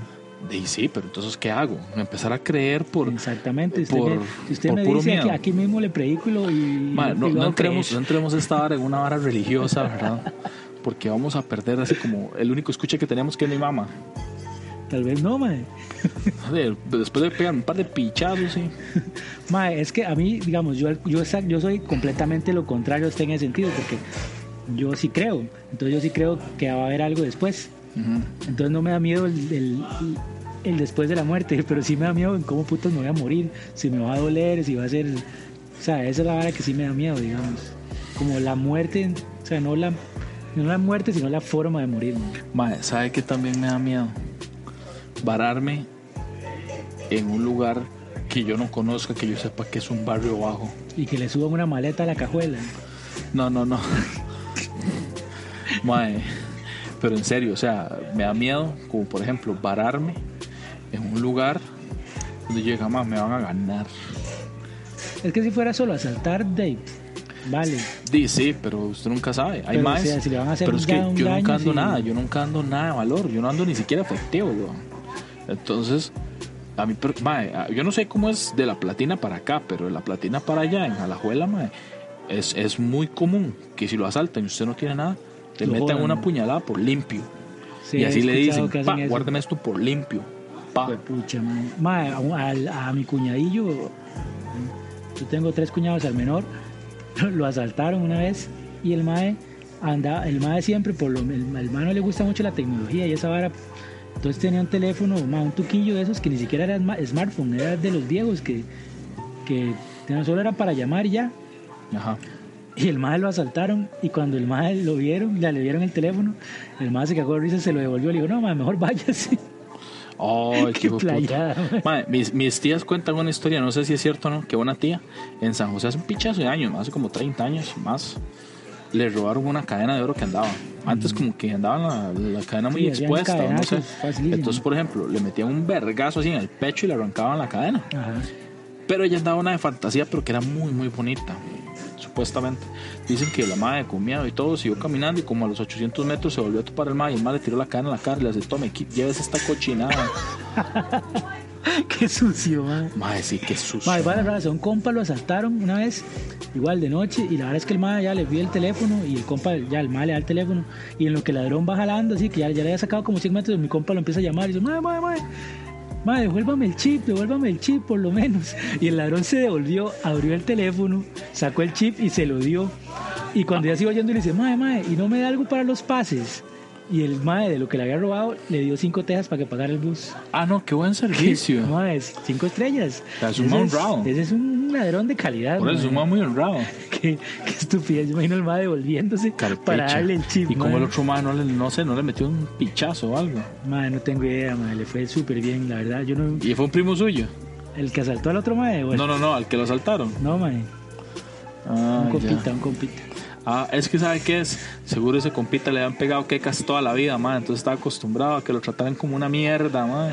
A: Y sí, pero entonces, ¿qué hago? Empezar a creer por...
B: Exactamente. Usted
A: por-
B: me, si usted
A: por
B: me
A: puro
B: dice
A: miedo.
B: aquí, aquí mismo le predico y lo. Y,
A: Mae, no,
B: y lo eh,
A: no
B: hago
A: entremos, no
B: creer.
A: entremos esta hora en una vara religiosa, ¿verdad? Porque vamos a perder así como el único escucha que tenemos que es mi mamá.
B: Tal vez no, mae.
A: De- Después de pegar un par de pichazos, sí.
B: Mae, es que a mí, digamos, yo, yo, sa- yo soy completamente lo contrario a usted en ese sentido, porque yo sí creo. Entonces yo sí creo que va a haber algo después.
A: Ujú.
B: Entonces no me da miedo el, el- el después de la muerte, pero sí me da miedo en cómo putas me voy a morir, si me va a doler, si va a ser... O sea, esa es la vara que sí me da miedo, digamos. Como la muerte, o sea, no la, no la muerte, sino la forma de morir. ¿no?
A: Mae, ¿sabe que también me da miedo? Vararme en un lugar que yo no conozca, que yo sepa que es un barrio bajo.
B: Y que le suban una maleta a la cajuela.
A: No, no, no. Mae, pero en serio, o sea, me da miedo, como por ejemplo, vararme en un lugar donde yo diga, "Ma, me van a ganar.
B: Es que si fuera solo asaltar, Dave, vale.
A: Di, sí, pero usted nunca sabe. Hay
B: Pero,
A: más.
B: o sea, si le van a hacer
A: pero es
B: ya
A: que
B: un
A: yo
B: daño,
A: nunca ando
B: sí.
A: nada, yo nunca ando nada de valor, yo no ando ni siquiera efectivo, weón. Entonces, a mí, per- mae, a- yo no sé cómo es de la platina para acá, pero de la platina para allá, en Alajuela, mae, es, es muy común que si lo asaltan y usted no tiene nada, le
B: Lo
A: metan
B: jodan,
A: una
B: ¿no?
A: puñalada por limpio.
B: Sí,
A: y
B: he
A: así le
B: escuchado
A: dicen,
B: que hacen
A: pa,
B: eso.
A: guárdeme esto por limpio. Pa.
B: Fue pucha, man. Mae, a, un- al- a mi cuñadillo, yo tengo tres cuñados al menor, lo asaltaron una vez y el mae andaba, el mae siempre, por lo el, al mae no le gusta mucho la tecnología y esa vara. Entonces tenía un teléfono, mae, un tuquillo de esos que ni siquiera era sma- smartphone, era de los viejos que, que no solo eran para llamar y ya.
A: Ajá.
B: Y el mae lo asaltaron y cuando el mae lo vieron, le, le vieron el teléfono, el mae se cagó de risa, se lo devolvió, le dijo, no, mae, mejor váyase.
A: Ay,
B: Qué
A: qué hijueputa.
B: playada, mae.
A: Mae, mis, mis tías cuentan una historia, no sé si es cierto o no, que una tía en San José hace un pichazo de años, hace como 30 años más, le robaron una cadena de oro que andaba. Antes como que andaba la, la cadena muy
B: Mm. Sí, hacían
A: expuesta, o no sé.
B: cadenazos, facilísimo.
A: Entonces, por ejemplo, le metían un vergazo así en el pecho y le arrancaban la cadena.
B: Ajá.
A: Pero ella andaba una de fantasía, pero que era muy, muy bonita, supuestamente. Dicen que la madre con miedo y todo siguió caminando y como a los 800 metros se volvió a topar el madre y el madre le tiró la cadena en la cara y le dice, tome, qui- llévese esta cochinada.
B: Qué sucio, man.
A: madre, sí, qué sucio.
B: Madre, vale, razón, compa lo asaltaron una vez, igual de noche, y la verdad es que el madre ya le vio el teléfono, y el compa, ya el madre le da el teléfono, y en lo que el ladrón va jalando, así que ya, ya le había sacado como 100 metros, mi compa lo empieza a llamar, y dice, madre, madre, madre, madre, devuélvame el chip, devuélvame el chip, por lo menos. Y el ladrón se devolvió, abrió el teléfono, sacó el chip y se lo dio. Y cuando ya se iba yendo, le dice, madre, madre, y no me da algo para los pases. Y el madre, de lo que le había robado, le dio cinco tejas para que pagara el bus.
A: Ah, no, qué buen servicio.
B: No, es cinco estrellas.
A: sea, es un
B: Ese
A: man honrado.
B: Ese es un ladrón de calidad.
A: Por eso,
B: mae.
A: un man muy honrado.
B: Qué, qué estupidez. Yo imagino el ma devolviéndose
A: Carpecha.
B: para darle el chip.
A: Y como
B: mae.
A: el otro man no, le, no sé, no le metió un pichazo o algo.
B: Mae, no tengo idea, mae. Le fue súper bien, la verdad. Yo no.
A: ¿Y fue un primo suyo?
B: El que asaltó al otro mae, bueno.
A: No, no, no, al que lo asaltaron.
B: No, mae.
A: Ah,
B: Un
A: ya.
B: compita, un compita.
A: Ah, es que ¿sabe qué es? Seguro ese compita le han pegado quecas toda la vida, man. Entonces estaba acostumbrado a que lo trataran como una mierda, man.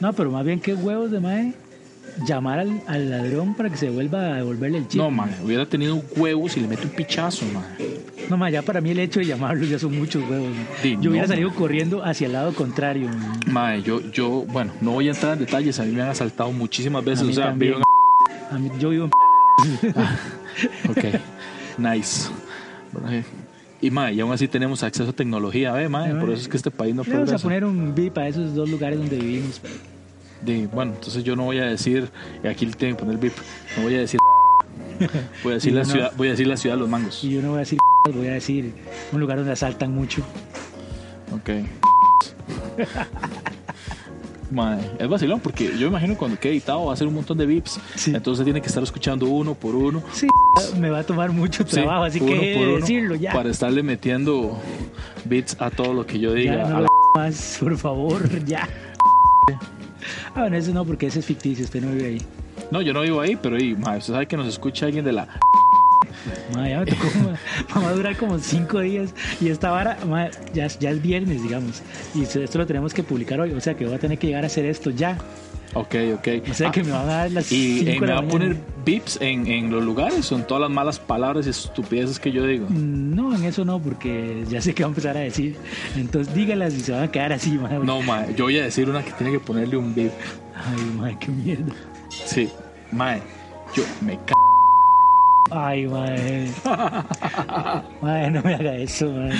B: No, pero más bien, qué huevos de mae. Llamar al, al ladrón para que se vuelva a devolverle el chip.
A: No, man, hubiera tenido huevos y le mete un pichazo, man.
B: No, mae, ya para mí el hecho de llamarlo ya son muchos huevos. mae.
A: Sí,
B: Yo hubiera
A: no,
B: salido corriendo hacia el lado contrario. mae.
A: Mae, yo, yo, bueno, no voy a entrar en detalles, a mí me han asaltado muchísimas
B: A
A: veces,
B: mí
A: o sea,
B: también.
A: vivo en
B: A mí- yo vivo en.
A: Ok, nice. Bueno, Y mae, y aún así tenemos acceso a tecnología, ¿ve, mae?
B: Mae.
A: Por eso es que este país no
B: Le vamos a
A: progresa.
B: poner un VIP a esos dos lugares donde vivimos.
A: De- bueno, entonces yo no voy a decir, y aquí le tienen que poner bip, no voy a decir, voy a decir,
B: Y
A: la
B: no.
A: ciudad, voy a decir la ciudad de los mangos.
B: Y yo no voy a decir voy a decir, un lugar donde asaltan mucho.
A: Ok. Madre, es vacilón porque yo imagino cuando quede editado va a ser un montón de vips.
B: Sí.
A: Entonces tiene que estar escuchando uno por uno.
B: Sí, me va a tomar mucho
A: Sí,
B: trabajo, así
A: uno
B: que he
A: por
B: de
A: uno,
B: decirlo ya.
A: Para estarle metiendo beats a todo lo que yo diga.
B: ya no
A: a
B: lo
A: la-
B: más, por favor, ya. Ah, bueno, ese no, porque ese es ficticio, usted no vive ahí.
A: No, yo no vivo ahí, pero y, madre, usted sabe que nos escucha alguien de la.
B: Madre, ya me tocó, ma- vamos a durar como cinco días y esta vara, ma, ya, es- ya es viernes, digamos, y esto esto lo tenemos que publicar hoy, o sea que voy a tener que llegar a hacer esto ya,
A: Ok, ok.
B: o sea
A: Ah,
B: que me van a dar las
A: y,
B: cinco
A: y
B: de
A: me
B: la
A: va a
B: mañana.
A: poner beeps en, en los lugares, son todas las malas palabras y estupideces que yo digo.
B: No, en eso no, porque ya sé que va a empezar a decir, entonces dígalas y se van a quedar así, madre.
A: No, madre, yo voy a decir una que tiene que ponerle un beep.
B: Ay, madre, qué mierda.
A: Sí, madre, yo me c.
B: Ay, madre. Madre, no me haga eso, madre.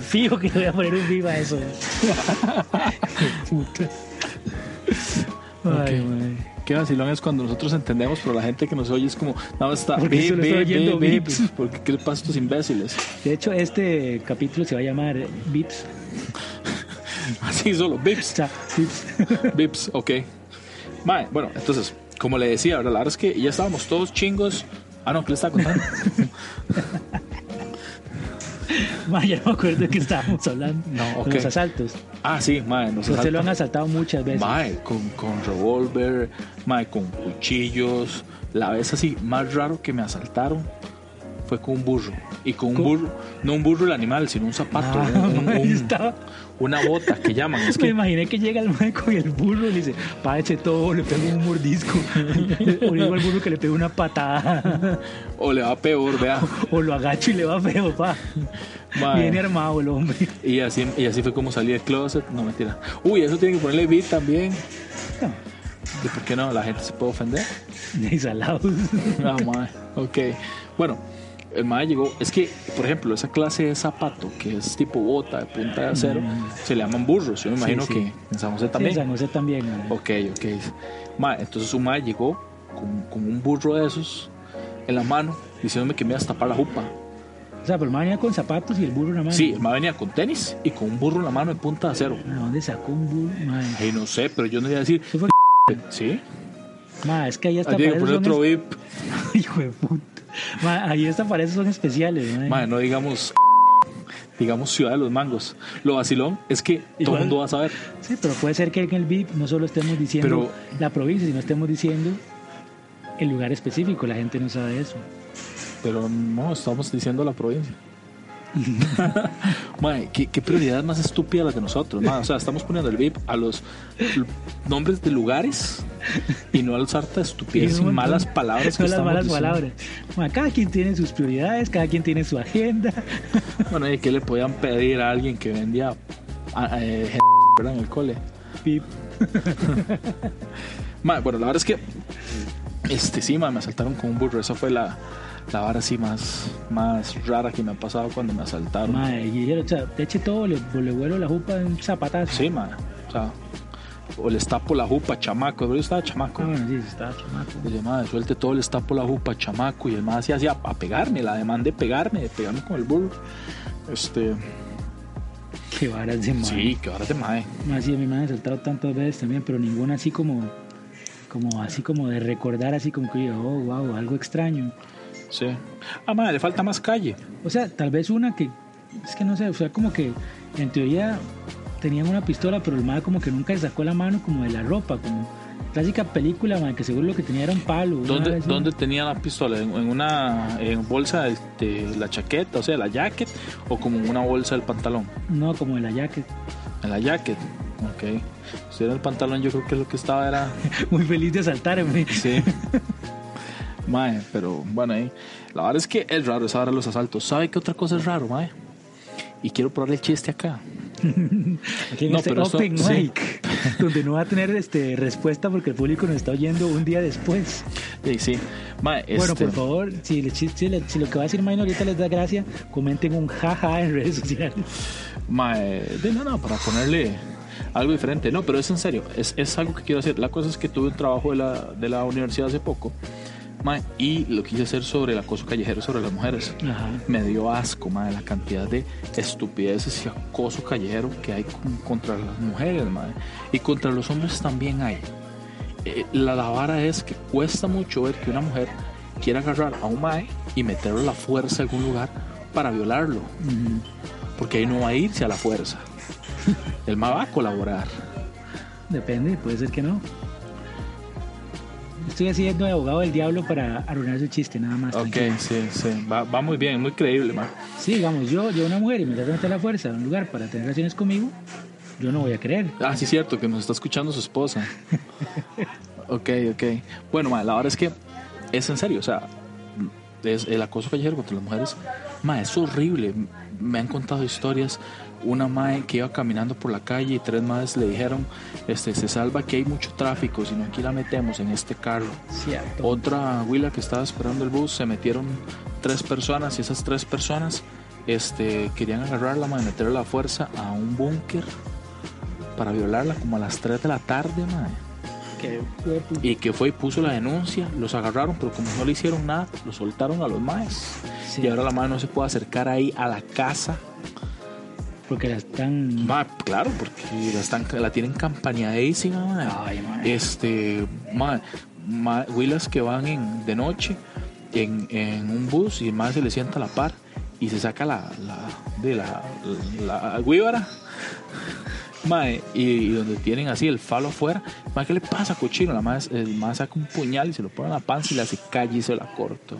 B: Fijo que le voy a poner un viva a eso. Puta. Ay,
A: Ok.
B: madre.
A: Qué vacilón es cuando nosotros entendemos, pero la gente que nos oye es como, nada más está,
B: Porque solo está oyendo beeps.
A: porque qué les pasa a estos imbéciles.
B: De hecho, este capítulo se va a llamar Vips.
A: Así solo,
B: O
A: beeps,
B: sea, Vips.
A: beeps, ok. Mae, bueno, entonces, como le decía, ¿verdad? la verdad es que ya estábamos todos chingos. Ah, no, ¿qué le estaba contando?
B: Madre, ya no me acuerdo de qué estábamos hablando.
A: No,
B: De
A: ok.
B: los asaltos.
A: ah, sí, mae, nos
B: Usted lo
A: asaltan.
B: han asaltado muchas veces.
A: Mae, con, con revólver, mae, con cuchillos. La vez así, más raro que me asaltaron fue con un burro. Y con un
B: ¿Cómo?
A: burro, no un burro el animal, sino un zapato,
B: Ah,
A: un- un-
B: mae,
A: un-
B: estaba-
A: una bota que llaman. Es
B: Me
A: que
B: imaginé que llega el mae con el burro y le dice, páese todo, le pego un mordisco. O le digo al burro que le pego una patada.
A: O le va peor, vea.
B: O lo agacho y le va feo, pa.
A: Mae.
B: Viene armado el hombre.
A: Y así, y así fue como salí del closet. No, mentira. Uy, eso tiene que ponerle beat también. ¿Y ¿Por qué no? La gente se puede ofender.
B: Y salados.
A: Ah, mae. Ok. Bueno, el mae llegó. Es que, por ejemplo, esa clase de zapato que es tipo bota de punta de acero, se le llaman burros. Yo me imagino
B: Mm. sí.
A: que en San José
B: Sí,
A: también.
B: San José también. mae.
A: Ok, ok. Mae, entonces un mae llegó con, con un burro de esos en la mano diciéndome que me iba a tapar la jupa.
B: O sea, pero el mae venía con zapatos y el burro en la mano.
A: Sí, el mae venía con tenis y con un burro en la mano de punta de acero.
B: ¿A dónde sacó un burro? Mae.
A: Ay, no sé, pero yo no iba a decir.
B: Eso fue-
A: Sí.
B: Mae, es que ahí hasta
A: Ahí tiene que
B: para eso
A: poner
B: son
A: otro
B: es-
A: VIP.
B: Hijo de puta. Mae, ahí hasta para eso son especiales, mae.
A: Madre, no digamos. Digamos Ciudad de los Mangos. Lo vacilón es que todo
B: Igual.
A: el mundo va a saber.
B: Sí, pero puede ser que en el VIP no solo estemos diciendo la provincia, sino estemos diciendo el lugar específico. La gente no sabe eso.
A: Pero no, estamos diciendo la provincia. Madre, ¿qué, qué prioridad más estúpida la de nosotros. madre? o sea, estamos poniendo el VIP a los l- nombres de lugares y no a los harta estupideces
B: un
A: y
B: montón.
A: malas palabras que
B: Son las
A: estamos
B: malas
A: diciendo.
B: palabras. Bueno, cada quien tiene sus prioridades, cada quien tiene su agenda.
A: Bueno, ¿y qué le podían pedir a alguien que vendía a- eh, gente, ¿verdad? en el cole?
B: Pip.
A: Ma, bueno, la verdad es que este sí, ma, me asaltaron con un burro. Esa fue la, la vara así más, más rara que me ha pasado cuando me asaltaron.
B: Madre, y yo, o sea, te eche todo, le, le vuelo la jupa de un zapatazo.
A: Sí, ma. O sea, o les tapo la jupa, chamaco. Pero yo estaba chamaco.
B: Ah, bueno, sí, se estaba chamaco.
A: Le dije, madre, suelte todo, les tapo la jupa, chamaco. Y el más hacía así a, a pegarme, la demanda de pegarme, de pegarme con el burro. Este,
B: Qué varas de madre.
A: sí, que ahora te mae.
B: Más sí, a mí me han asaltado tantas veces también, pero ninguna así como, como así como de recordar, así como que yo, oh, wow, algo extraño.
A: Sí. Ah, madre, le falta más calle.
B: O sea, tal vez una que, es que no sé, o sea, como que en teoría tenían una pistola, pero el mae como que nunca le sacó la mano como de la ropa, como clásica película, mae, que seguro lo que tenía era un palo. una
A: ¿Dónde,
B: vara así.
A: dónde tenía la pistola? ¿En, en una en bolsa de, de la chaqueta, o sea, la jacket? ¿O como en una bolsa del pantalón?
B: No, como de la jacket.
A: En la jacket. Ok. Si era el pantalón, yo creo que lo que estaba era.
B: Muy feliz de asaltarme.
A: Sí. mae, pero bueno, ahí. La verdad es que es raro esa hora de los asaltos. ¿Sabe qué otra cosa es raro, mae? Y quiero probar el chiste acá.
B: Aquí en
A: No,
B: este
A: pero esto-
B: open
A: sí.
B: mic, donde no va a tener este, respuesta porque el público nos está oyendo un día después.
A: Sí, sí. Mae,
B: Bueno,
A: este,
B: por favor, si, le- si- si le- si lo que va a decir Maino ahorita les da gracia, comenten un jaja en redes sociales.
A: Mae, eh, de no, no, para ponerle algo diferente. No, pero es en serio, es, es algo que quiero hacer. La cosa es que tuve un trabajo de la, de la universidad hace poco. Mae, y lo quise hacer sobre el acoso callejero sobre las mujeres.
B: Ajá.
A: Me dio asco, mae, la cantidad de estupideces y acoso callejero que hay con- contra las mujeres, mae. Y contra los hombres también hay. Eh, la, la vara es que cuesta mucho ver que una mujer quiera agarrar a un mae y meterle la fuerza a algún lugar para violarlo. Porque ahí no va a irse a la fuerza. El mae va a colaborar.
B: Depende, puede ser que no. Estoy haciendo de abogado del diablo para arruinar su chiste, nada más.
A: Ok,
B: tranquilo.
A: sí, sí. Va, va muy bien, muy creíble, mae.
B: Sí, digamos, yo, yo una mujer y me trata de meter la fuerza a un lugar para tener relaciones conmigo, yo no voy a creer.
A: Ah, sí, cierto, que nos está escuchando su esposa. ok, ok. Bueno, ma, la verdad es que es en serio, o sea, es el acoso callejero contra las mujeres, ma, es horrible. Me han contado historias, una mae que iba caminando por la calle y tres madres le dijeron, este, se salva que hay mucho tráfico, si no aquí la metemos en este carro.
B: Cierto.
A: Otra huila que estaba esperando el bus, se metieron tres personas y esas tres personas este, querían agarrarla, mae, meterla a la fuerza a un búnker para violarla como a las 3 de la tarde, mae.
B: Qué huepu-
A: Y que fue y puso la denuncia, los agarraron, pero como no le hicieron nada, los soltaron a los maes.
B: Sí.
A: Y ahora la madre no se puede acercar ahí a la casa.
B: Porque las están.
A: Mae, claro, porque la, están, la tienen campañadísima, mae.
B: Ay, madre.
A: este ma, ma- huilas que van en- de noche en, en un bus y más se le sienta a la par y se saca la, la de la, la, la güívara Mae, y, y donde tienen así el falo afuera, mae, ¿qué le pasa, cochino? La mae, el mae saca un puñal y se lo pone en la panza y la hace calle y se la corto.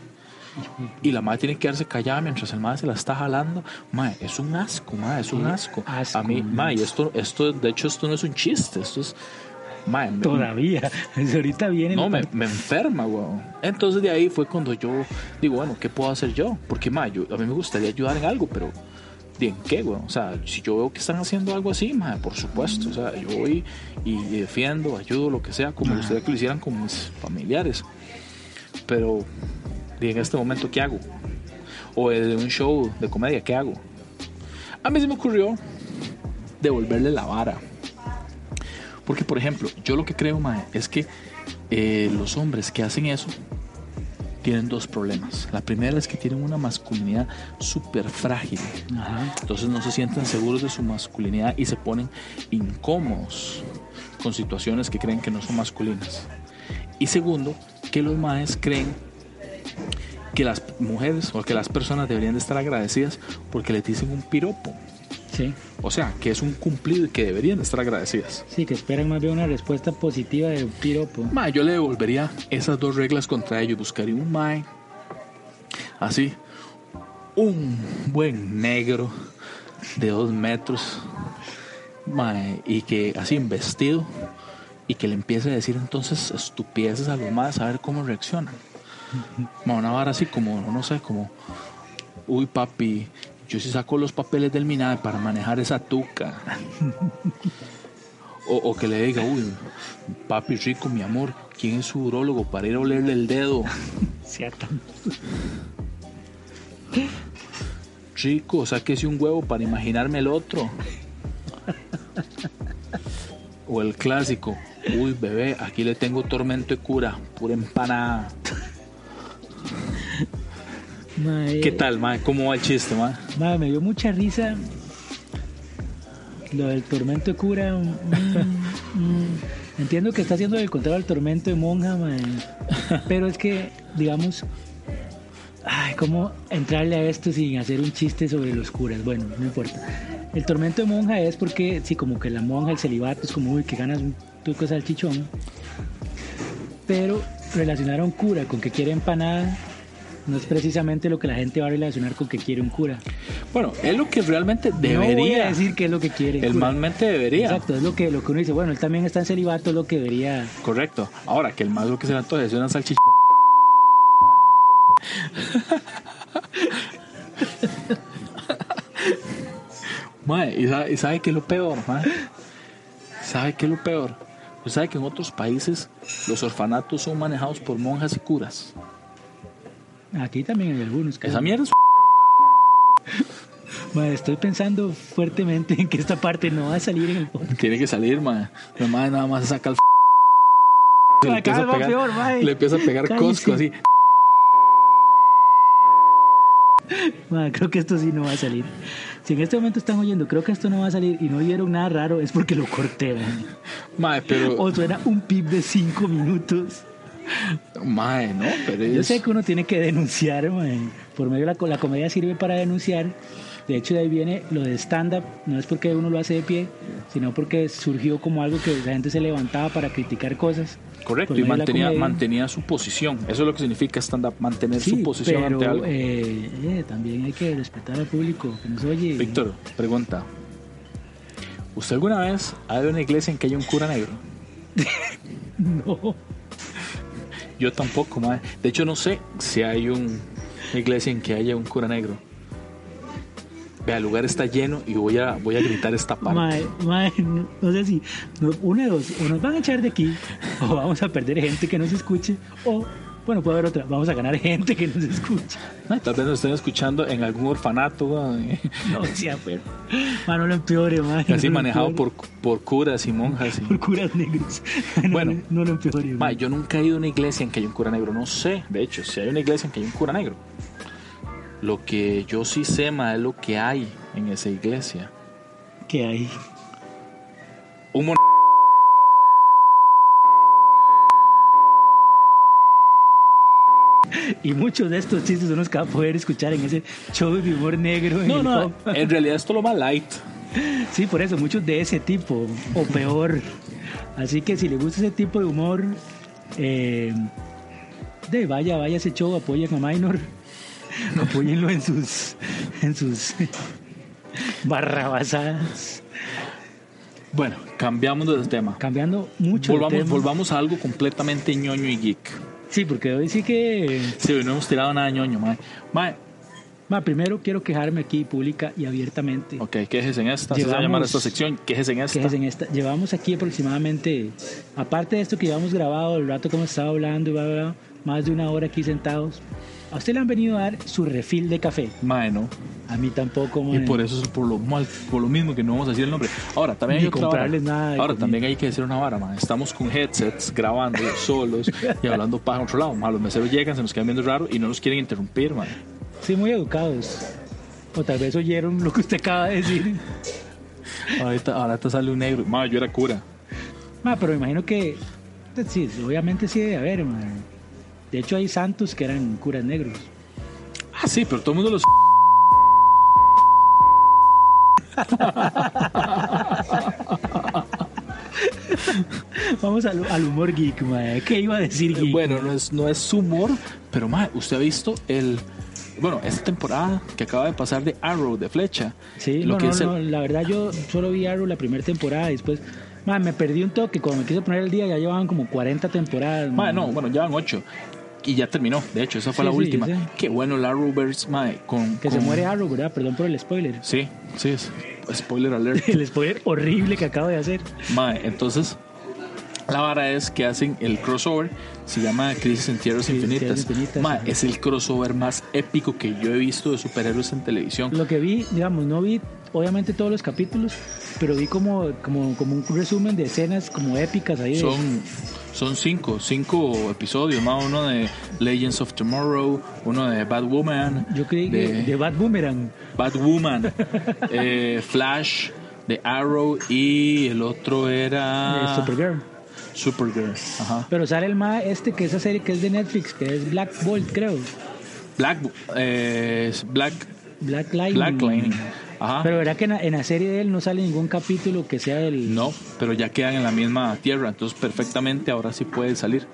A: Y la madre tiene que quedarse callada mientras el madre se la está jalando. Mae, es un asco, mae, es un
B: Qué
A: asco.
B: asco,
A: a mí, mae, y esto, esto, de hecho, esto no es un chiste, esto es. Mae, me-
B: Todavía. pues Ahorita vienen.
A: no, me, me enferma, weón. Entonces de ahí fue cuando yo digo, bueno, ¿qué puedo hacer yo? Porque, ma, yo- a mí me gustaría ayudar en algo, pero ¿de en qué, weón? O sea, si yo veo que están haciendo algo así, ma, por supuesto. O sea, yo voy y defiendo, ayudo, lo que sea, como me gustaría que lo hicieran con mis familiares. Pero, ¿y en este momento qué hago? O en un show de comedia, ¿qué hago? A mí se me ocurrió devolverle la vara. Porque, por ejemplo, yo lo que creo, Mae, es que eh, los hombres que hacen eso tienen dos problemas. La primera es que tienen una masculinidad súper frágil.
B: Ajá.
A: Entonces no se sienten seguros de su masculinidad y se ponen incómodos con situaciones que creen que no son masculinas. Y segundo, que los maes creen que las mujeres o que las personas deberían de estar agradecidas porque les dicen un piropo.
B: Sí.
A: O sea, que es un cumplido y que deberían de estar agradecidas.
B: Sí, que esperan más bien una respuesta positiva de un piropo.
A: Ma, yo le devolvería esas dos reglas contra ellos. Buscaría un Mae. Así. Un buen negro de dos metros. Mae. Y que así en vestido. Y que le empiece a decir entonces estupideces a los más a ver cómo reaccionan. Ma, una vara así como, no sé, como. Uy, papi. Yo sí saco los papeles del MINAE para manejar esa tuca. O, o que le diga, uy, papi rico, mi amor, ¿quién es su urologo para ir a olerle el dedo?
B: Cierto.
A: Rico, sáquese un huevo para imaginarme el otro. O el clásico, uy, bebé, aquí le tengo tormento de cura, pura empanada.
B: Mae,
A: ¿Qué tal, ma? ¿Cómo va el chiste, ma?
B: mae, me dio mucha risa. Lo del tormento de cura. mm, mm. Entiendo que está haciendo el contrario al tormento de monja, mae. Pero es que, digamos. Ay, cómo entrarle a esto sin hacer un chiste sobre los curas. Bueno, no importa. El tormento de monja es porque, sí, como que la monja, el celibato es como, uy, que ganas un tuco de salchichón. Pero relacionaron cura con que quiere empanada. No es precisamente lo que la gente va a relacionar con que quiere un cura.
A: Bueno, es lo que realmente
B: No voy
A: debería.
B: a decir qué es lo que quiere.
A: el
B: cura.
A: malmente debería.
B: Exacto, es lo que, lo que uno dice. Bueno, él también está en celibato, es lo que debería.
A: Correcto. Ahora, que el más lo que se le antoje es una salchicha. Mae, ¿y sabe, y sabe qué es lo peor, mae? ¿Sabe qué es lo peor? Pues sabe que en otros países los orfanatos son manejados por monjas y curas.
B: Aquí también hay algunos. creo.
A: Esa mierda es
B: Madre, estoy pensando fuertemente en que esta parte no va a salir en el podcast.
A: Tiene que salir, mae. La madre nada más saca el. y
B: Acá
A: empieza a
B: va
A: pegar-
B: peor, mae.
A: Le empieza a pegar
B: Cállese.
A: cosco así.
B: Madre, creo que esto sí no va a salir. Si en este momento están oyendo, creo que esto no va a salir y no vieron nada raro, es porque lo corté. madre.
A: Mae, pero.
B: O suena un pip de cinco minutos.
A: Mae, no, pero
B: Yo
A: es-
B: sé que uno tiene que denunciar, mae. por medio de la, co- la comedia sirve para denunciar. De hecho, de ahí viene lo de stand-up. No es porque uno lo hace de pie, sino porque surgió como algo que la gente se levantaba para criticar cosas.
A: Correcto,
B: Por
A: y
B: medio de Pues la
A: mantenía,
B: comedia.
A: mantenía su posición. Eso es lo que significa stand-up, mantener
B: Sí,
A: su posición
B: pero,
A: ante algo.
B: eh, eh, también hay que respetar al público que nos oye.
A: Víctor, pregunta. ¿Usted alguna vez ha ido a una iglesia en que haya un cura negro?
B: No.
A: Yo tampoco, mae. De hecho, no sé si hay un- una iglesia en que haya un cura negro. Vea, el lugar está lleno y voy a, voy a gritar esta parte.
B: Mae, mae, no, no sé si no, una de dos, o nos van a echar de aquí, o vamos a perder gente que nos escuche, o bueno, puede haber otra, vamos a ganar gente que nos escuche.
A: Mae, Tal vez nos estén escuchando en algún orfanato, mae.
B: No, o sea, pero. mae, no lo empeore, mae.
A: Y así
B: no lo
A: manejado
B: empeore.
A: por, por curas y monjas. y-
B: Por curas negros. No,
A: Bueno.
B: no, no lo empeore, mae.
A: Mae, yo nunca he ido a una iglesia en que haya un cura negro. No sé, de hecho, si hay una iglesia en que haya un cura negro. Lo que yo sí sé, mae, es lo que hay en esa iglesia.
B: ¿Qué hay?
A: Un mon...
B: Y muchos de estos chistes uno los que va a poder escuchar en ese show de humor negro. en
A: No,
B: el
A: no,
B: pop.
A: en realidad esto lo más light.
B: Sí, por eso, muchos de ese tipo, o peor. Así que si le gusta ese tipo de humor, eh, de vaya, vaya ese show, apoyen a Minor, apóyenlo en sus, en sus barrabasadas.
A: Bueno, cambiamos de tema.
B: Cambiando mucho el
A: Volvamos,
B: tema.
A: volvamos a algo completamente ñoño y geek.
B: Sí, porque hoy sí que...
A: Sí, hoy no hemos tirado nada ñoño, mae. Mae,
B: Ma, primero quiero quejarme aquí pública y abiertamente.
A: ok, quejes en esta. Así se va a llamar
B: Llevamos-
A: esta sección, quejes en esta.
B: que es en esta. Llevamos aquí aproximadamente, aparte de esto que llevamos grabado, el rato que hemos estado hablando, y bla, bla, bla, más de una hora aquí sentados. A usted le han venido a dar su refil de café.
A: Mae, no.
B: A mí tampoco,
A: Y
B: mae.
A: por eso es por lo, mal- por lo mismo que no vamos a decir el nombre. Ahora, también hay
B: Ni
A: otra
B: comprarles
A: vara.
B: nada de
A: Ahora,
B: comida.
A: también hay que decir una vara, man. Estamos con headsets grabando solos y hablando para otro lado. man. Los meseros llegan, se nos quedan viendo raro y no nos quieren interrumpir, man.
B: Sí, muy educados. O tal vez oyeron lo que usted acaba de decir.
A: Ahorita, ahora te sale un negro. Man, yo era cura.
B: Ma, pero me imagino que, pues, sí, obviamente sí debe haber, mae. De hecho hay santos que eran curas negros.
A: Ah, sí, pero todo el mundo los.
B: Vamos al, al humor geek, mae. ¿Qué iba a decir geek?
A: Bueno, no es, no es humor, pero man, usted ha visto el. Bueno, esta temporada que acaba de pasar de Arrow, de flecha.
B: Sí,
A: lo
B: no,
A: que
B: no,
A: es el-
B: no, la verdad yo solo vi Arrow la primera temporada y después ma, me perdí un toque, cuando me quise poner el día ya llevaban como 40 temporadas.
A: Mae, no, bueno, ya van ocho. Y ya terminó, de hecho, esa fue
B: Sí,
A: la
B: sí,
A: última.
B: sí.
A: Qué bueno, la Rubers, mae, con...
B: Que se
A: con-
B: muere Arrow, ¿verdad? Perdón por el spoiler.
A: Sí, sí, es- spoiler alert.
B: El spoiler horrible que acabo de hacer.
A: mae, entonces, la vara es que hacen el crossover, se llama Crisis en Tierras
B: Crisis en Tierras
A: Infinitas.
B: Infinitas,
A: Mae,
B: ajá.
A: es el crossover más épico que yo he visto de superhéroes en televisión.
B: Lo que vi, digamos, no vi obviamente todos los capítulos, pero vi como, como, como un resumen de escenas como épicas ahí. de-
A: Son, son cinco, cinco episodios, más uno de Legends of Tomorrow, uno de Batwoman.
B: yo creí que
A: de-
B: de Bad Boomerang.
A: Batwoman, eh, Flash, The Arrow y el otro era
B: de Eh, Supergirl.
A: Supergirl. Ajá.
B: Pero sale el ma este que esa serie que es de Netflix, que es Black Bolt, creo.
A: Black, eh, Black,
B: Black Lightning.
A: Black Lightning. Ajá.
B: Pero verá que en la, en la serie de él no sale ningún capítulo que sea del.
A: no, pero ya quedan en la misma tierra, entonces perfectamente ahora sí puede salir.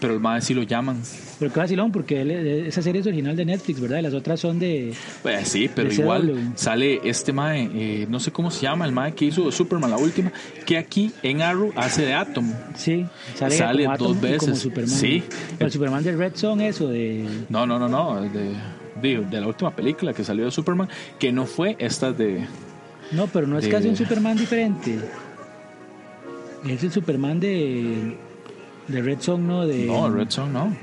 A: Pero el mae sí lo llaman.
B: Pero qué vacilón, porque él- eh, esa serie es original de Netflix, ¿verdad? Y las otras son de.
A: Pues sí, pero
B: De
A: igual
B: CW.
A: sale este mae, eh, no sé cómo se llama, el mae que hizo Superman, la última, que aquí en Arrow hace de Atom.
B: Sí, sale,
A: Sale
B: como Atom
A: dos
B: y Como
A: veces,
B: Superman.
A: sí.
B: Pero el Superman de Red Zone, eso de.
A: No, no, no, no, de, digo, de la última película que salió de Superman, que no fue esta de...
B: No, pero no es
A: De-
B: casi un Superman diferente. Es el Superman de. De Red Zone, no. De,
A: No, Red Zone, no.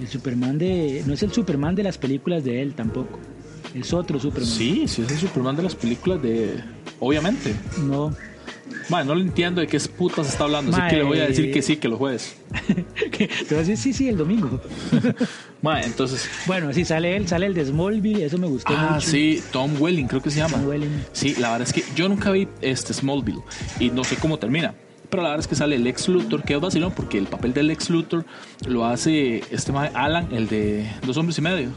B: El Superman de. No es el Superman de las películas de él tampoco. Es otro Superman.
A: Sí, sí es el Superman de las películas de... Obviamente.
B: No.
A: Mae, no le entiendo de qué putas está hablando, así
B: Mae.
A: que le voy a decir que sí, que lo jueves.
B: Que Te voy a decir, sí, sí, el domingo.
A: Mae, entonces.
B: bueno, sí, sale él, sale el de Smallville, eso me gustó
A: Ah,
B: mucho.
A: sí, Tom Welling, creo que se llama.
B: Tom Welling.
A: Sí, la verdad es que yo nunca vi este Smallville y no sé cómo termina. Pero la verdad es que sale el ex Luthor, que es vacilón, porque el papel del ex Luthor lo hace este mae Alan, el de Dos Hombres y Medio.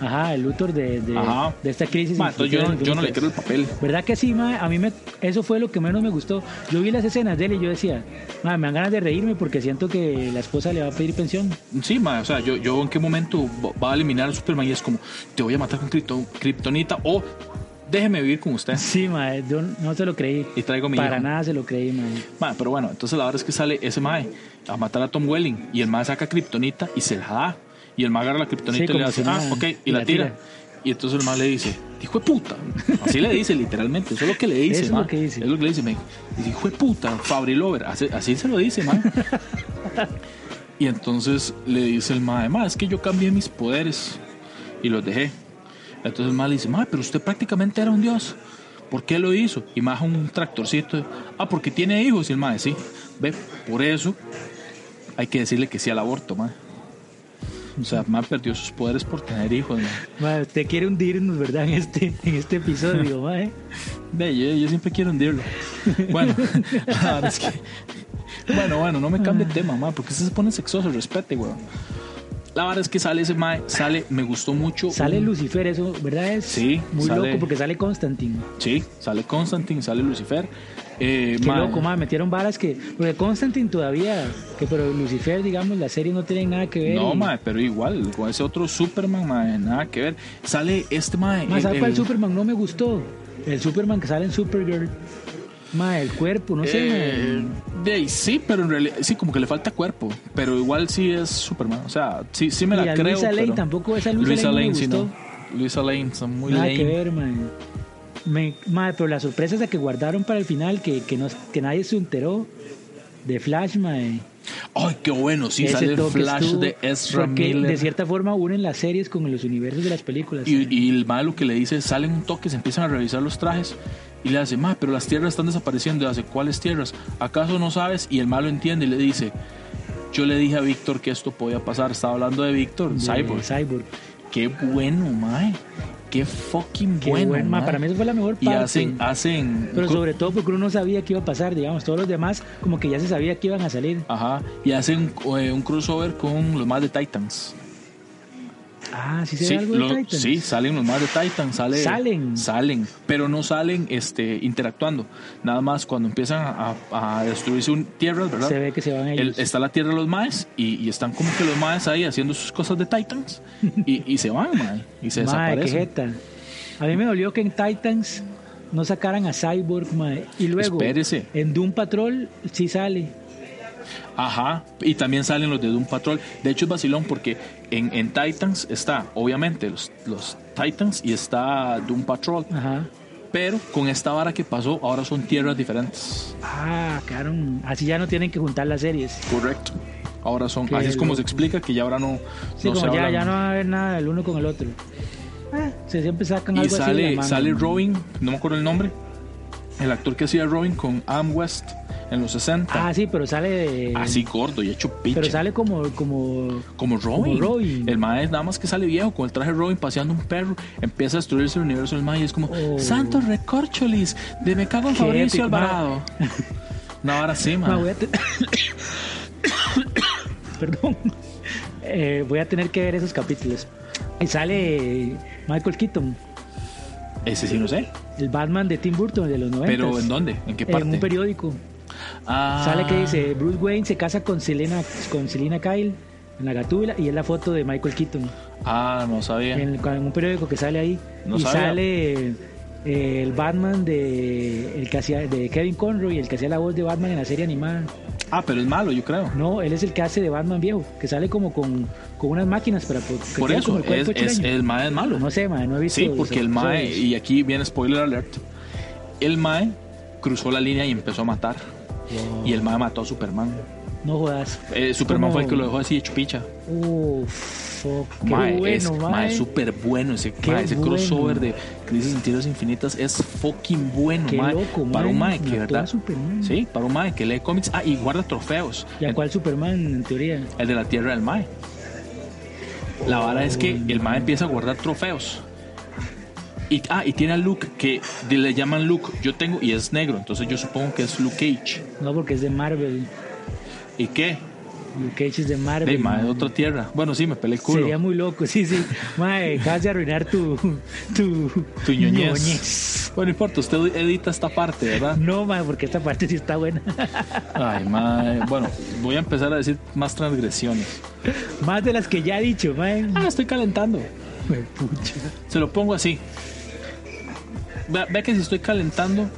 B: Ajá, el Luthor de, de,
A: Ajá.
B: de esta crisis.
A: Mae, entonces yo no, yo no le creo el
B: quiero
A: papel.
B: ¿Verdad que sí, mae? A mí me, eso fue lo que menos me gustó. Yo vi las escenas de él y yo decía, mae, me dan ganas de reírme porque siento que la esposa le va a pedir pensión.
A: Sí, mae, o sea, yo, yo en qué momento va- va a eliminar a Superman y es como, te voy a matar con kripto- kriptonita o déjeme vivir con usted.
B: Sí, mae, yo no se lo creí.
A: Y traigo mi
B: Para
A: hijo.
B: nada se lo creí, mae.
A: Mae, pero bueno, entonces la verdad es que sale ese mae a matar a Tom Welling y el mae saca kriptonita y se la da. Y el mae agarra la kriptonita
B: Sí,
A: y le
B: como
A: hace,
B: si
A: ah,
B: nada,
A: ok, y, la, tira.
B: tira.
A: Y entonces el mae le dice, hijo de puta. Así le dice literalmente, eso es lo que le dice,
B: Eso es
A: mae.
B: lo que dice.
A: Es lo que le dice, me dice, hijo de puta, Fabri Lover. Así, así se lo dice, mae. y entonces le dice el mae, mae, es que yo cambié mis poderes y los dejé. Entonces el mae le dice, mae, pero usted prácticamente era un dios. ¿Por qué lo hizo? Y más un tractorcito. Ah, porque tiene hijos. Y el mae, sí. Ve, por eso hay que decirle que sí al aborto, mae. O sea, mae perdió sus poderes por tener hijos, mae.
B: Mae, usted quiere hundirnos, ¿verdad? En este, en este episodio, mae.
A: Ve, yo, yo siempre quiero hundirlo. Bueno, la verdad es que- Bueno, bueno, no me cambie el tema, mae, porque usted se pone sexoso, respete, weón. La verdad es que sale ese mae, sale, me gustó mucho.
B: Sale
A: un-
B: Lucifer, eso, ¿verdad? Es
A: Sí,
B: muy
A: sale-
B: loco porque sale Constantine.
A: Sí, sale Constantine, sale Lucifer. Eh,
B: Qué
A: mae,
B: loco, mae, metieron varas que. Porque Constantine todavía. Que, pero Lucifer, digamos, la serie no tiene nada que ver.
A: No,
B: y-
A: mae, pero igual, con ese otro Superman, mae, nada que ver. Sale este mae.
B: Mae,
A: el-
B: ¿sabe cuál
A: el-
B: Superman no me gustó? El Superman que sale en Supergirl. Mae, el cuerpo, no sé,
A: eh,
B: mae.
A: de ahí sí, pero en realidad, sí, como que le falta cuerpo. Pero igual sí es Superman. O sea, sí, sí me
B: Y
A: la
B: a
A: creo.
B: Luisa Lane
A: pero-
B: tampoco, esa Luisa Lane no me
A: sí, no.
B: gustó.
A: Luisa Lane, son muy
B: nada
A: lame.
B: que ver, mae. Me- mae, pero la sorpresa esa que guardaron para el final, que, que, no- que nadie se enteró de Flash, mae.
A: Ay, qué bueno, sí,
B: Ese
A: sale el
B: toque
A: Flash
B: estuvo-
A: de Ezra
B: porque
A: Miller.
B: De cierta forma unen las series con los universos de las películas.
A: Y, y el mae lo que le dice, es, salen un toque, se empiezan a revisar los trajes y le hace, mae, pero las tierras están desapareciendo. Y hace, ¿cuáles tierras? ¿Acaso no sabes? Y el mae lo entiende y le dice, yo le dije a Víctor que esto podía pasar. Estaba hablando de Víctor,
B: de
A: Cyborg.
B: Cyborg.
A: Qué bueno, mae. Qué fucking
B: Qué
A: bueno,
B: buen, mae,
A: mae.
B: Para mí eso fue la mejor
A: Y
B: parte.
A: hacen, hacen...
B: Pero
A: co-
B: sobre todo porque uno no sabía qué iba a pasar, digamos. Todos los demás como que ya se sabía que iban a salir.
A: Ajá, y hacen eh, un crossover con los más de Titans.
B: Ah, sí se ve algo
A: lo-
B: de Titans.
A: sí, salen los más de Titan, sale,
B: Salen.
A: salen, pero no salen este, interactuando. Nada más cuando empiezan a, a destruirse un, tierras, ¿verdad?
B: Se ve que se van
A: El-
B: ellos.
A: está la tierra de los maes y, y están como que los maes ahí haciendo sus cosas de Titans y, y se van, mae, y se
B: Mae, qué
A: desaparecen.
B: jeta. A mí me dolió que en Titans no sacaran a Cyborg, mae. Y luego
A: Espérese.
B: en Doom Patrol sí sale.
A: Ajá, y también salen los de Doom Patrol. De hecho, es vacilón porque en, en Titans está, obviamente, los, los Titans y está Doom Patrol.
B: Ajá.
A: Pero con esta vara que pasó, ahora son tierras diferentes.
B: Ah, quedaron. Así ya no tienen que juntar las series.
A: Correcto. Ahora son.
B: Qué
A: así es como se
B: loco.
A: explica que ya ahora no,
B: Sí,
A: no se
B: como ya,
A: hablan.
B: ya no va a haber nada el uno con el otro. Ah, se siempre sacan
A: Y
B: algo así. de la
A: sale,
B: mano.
A: sale Robin, no me acuerdo el nombre, el actor que hacía Robin con Am West en los 60.
B: Ah, sí, pero sale de.
A: así gordo y hecho
B: Pero
A: pinche.
B: sale como. como
A: Como Robin.
B: como Robin.
A: El mae nada más que sale viejo con el traje Robin paseando un perro. Empieza a destruirse el universo del mae y es como,
B: Oh.
A: Santos recorcholis, de me cago en
B: Qué
A: Fabricio
B: épico, mae.
A: Alvarado. Una vara así, mae.
B: Ma, voy a te- Perdón. Eh, voy a tener que ver esos capítulos. Y sale Michael Keaton,
A: Ese sí no sé.
B: el Batman de Tim Burton de los 90.
A: Pero ¿en dónde? ¿En qué parte?
B: En un periódico.
A: Ah.
B: Sale que dice: Bruce Wayne se casa con Selena, con Selena Kyle en la gatúbela y es la foto de Michael Keaton.
A: Ah, no sabía.
B: en, el- en un periódico que sale ahí
A: No
B: y
A: sabía.
B: sale eh, el Batman de el que hacía de Kevin Conroy el que hacía la voz de Batman en la serie animada
A: Ah, pero es malo, yo creo.
B: no él es el que hace de Batman viejo que sale como con, con unas máquinas para po- que
A: Por
B: tiene
A: eso,
B: como
A: es,
B: cuerpo
A: es-
B: extraño.
A: el mae es malo.
B: no sé mae, no he visto
A: Sí, porque
B: esos
A: el mae,
B: episodios.
A: y aquí viene spoiler alert, el mae cruzó la línea y empezó a matar.
B: Wow.
A: Y el mae mató a Superman.
B: no jodas
A: Eh, Superman
B: ¿Cómo?
A: fue el que lo dejó así hecho picha.
B: Uf. fuck. Qué
A: Mae,
B: bueno,
A: es mae,
B: mae.
A: es súper bueno ese,
B: Qué
A: mae, ese
B: bueno.
A: crossover de Crisis en Tierras Infinitas es fucking bueno,
B: Qué
A: mae.
B: loco,
A: para un mae
B: mae,
A: que,
B: mató a
A: ¿verdad?
B: Superman.
A: Sí, para un mae que lee cómics. Ah, y guarda trofeos.
B: ¿Y a cuál Superman, en teoría?
A: El de la Tierra del mae. La vara es
B: Oh,
A: que el mae empieza a guardar trofeos. Y, ah, y tiene a Luke, que le llaman Luke. Yo tengo, y es negro, entonces yo supongo que es Luke Cage.
B: No, porque es de Marvel.
A: ¿Y qué?
B: Luke Cage es de Marvel.
A: De mae, de
B: mae.
A: otra tierra. Bueno, sí, me peleé el culo.
B: Sería muy loco, sí, sí. Mae, acabas de arruinar tu. Tu,
A: Tu ñoñez.
B: ñoñez.
A: Bueno, no importa, usted edita esta parte, ¿verdad?
B: No, mae, porque esta parte sí está buena.
A: Ay, mae. Bueno, voy a empezar a decir más transgresiones.
B: Más de las que ya he dicho, mae.
A: Ah, estoy calentando.
B: Jue pucha.
A: Se lo pongo así. Vea, vea que si estoy calentando,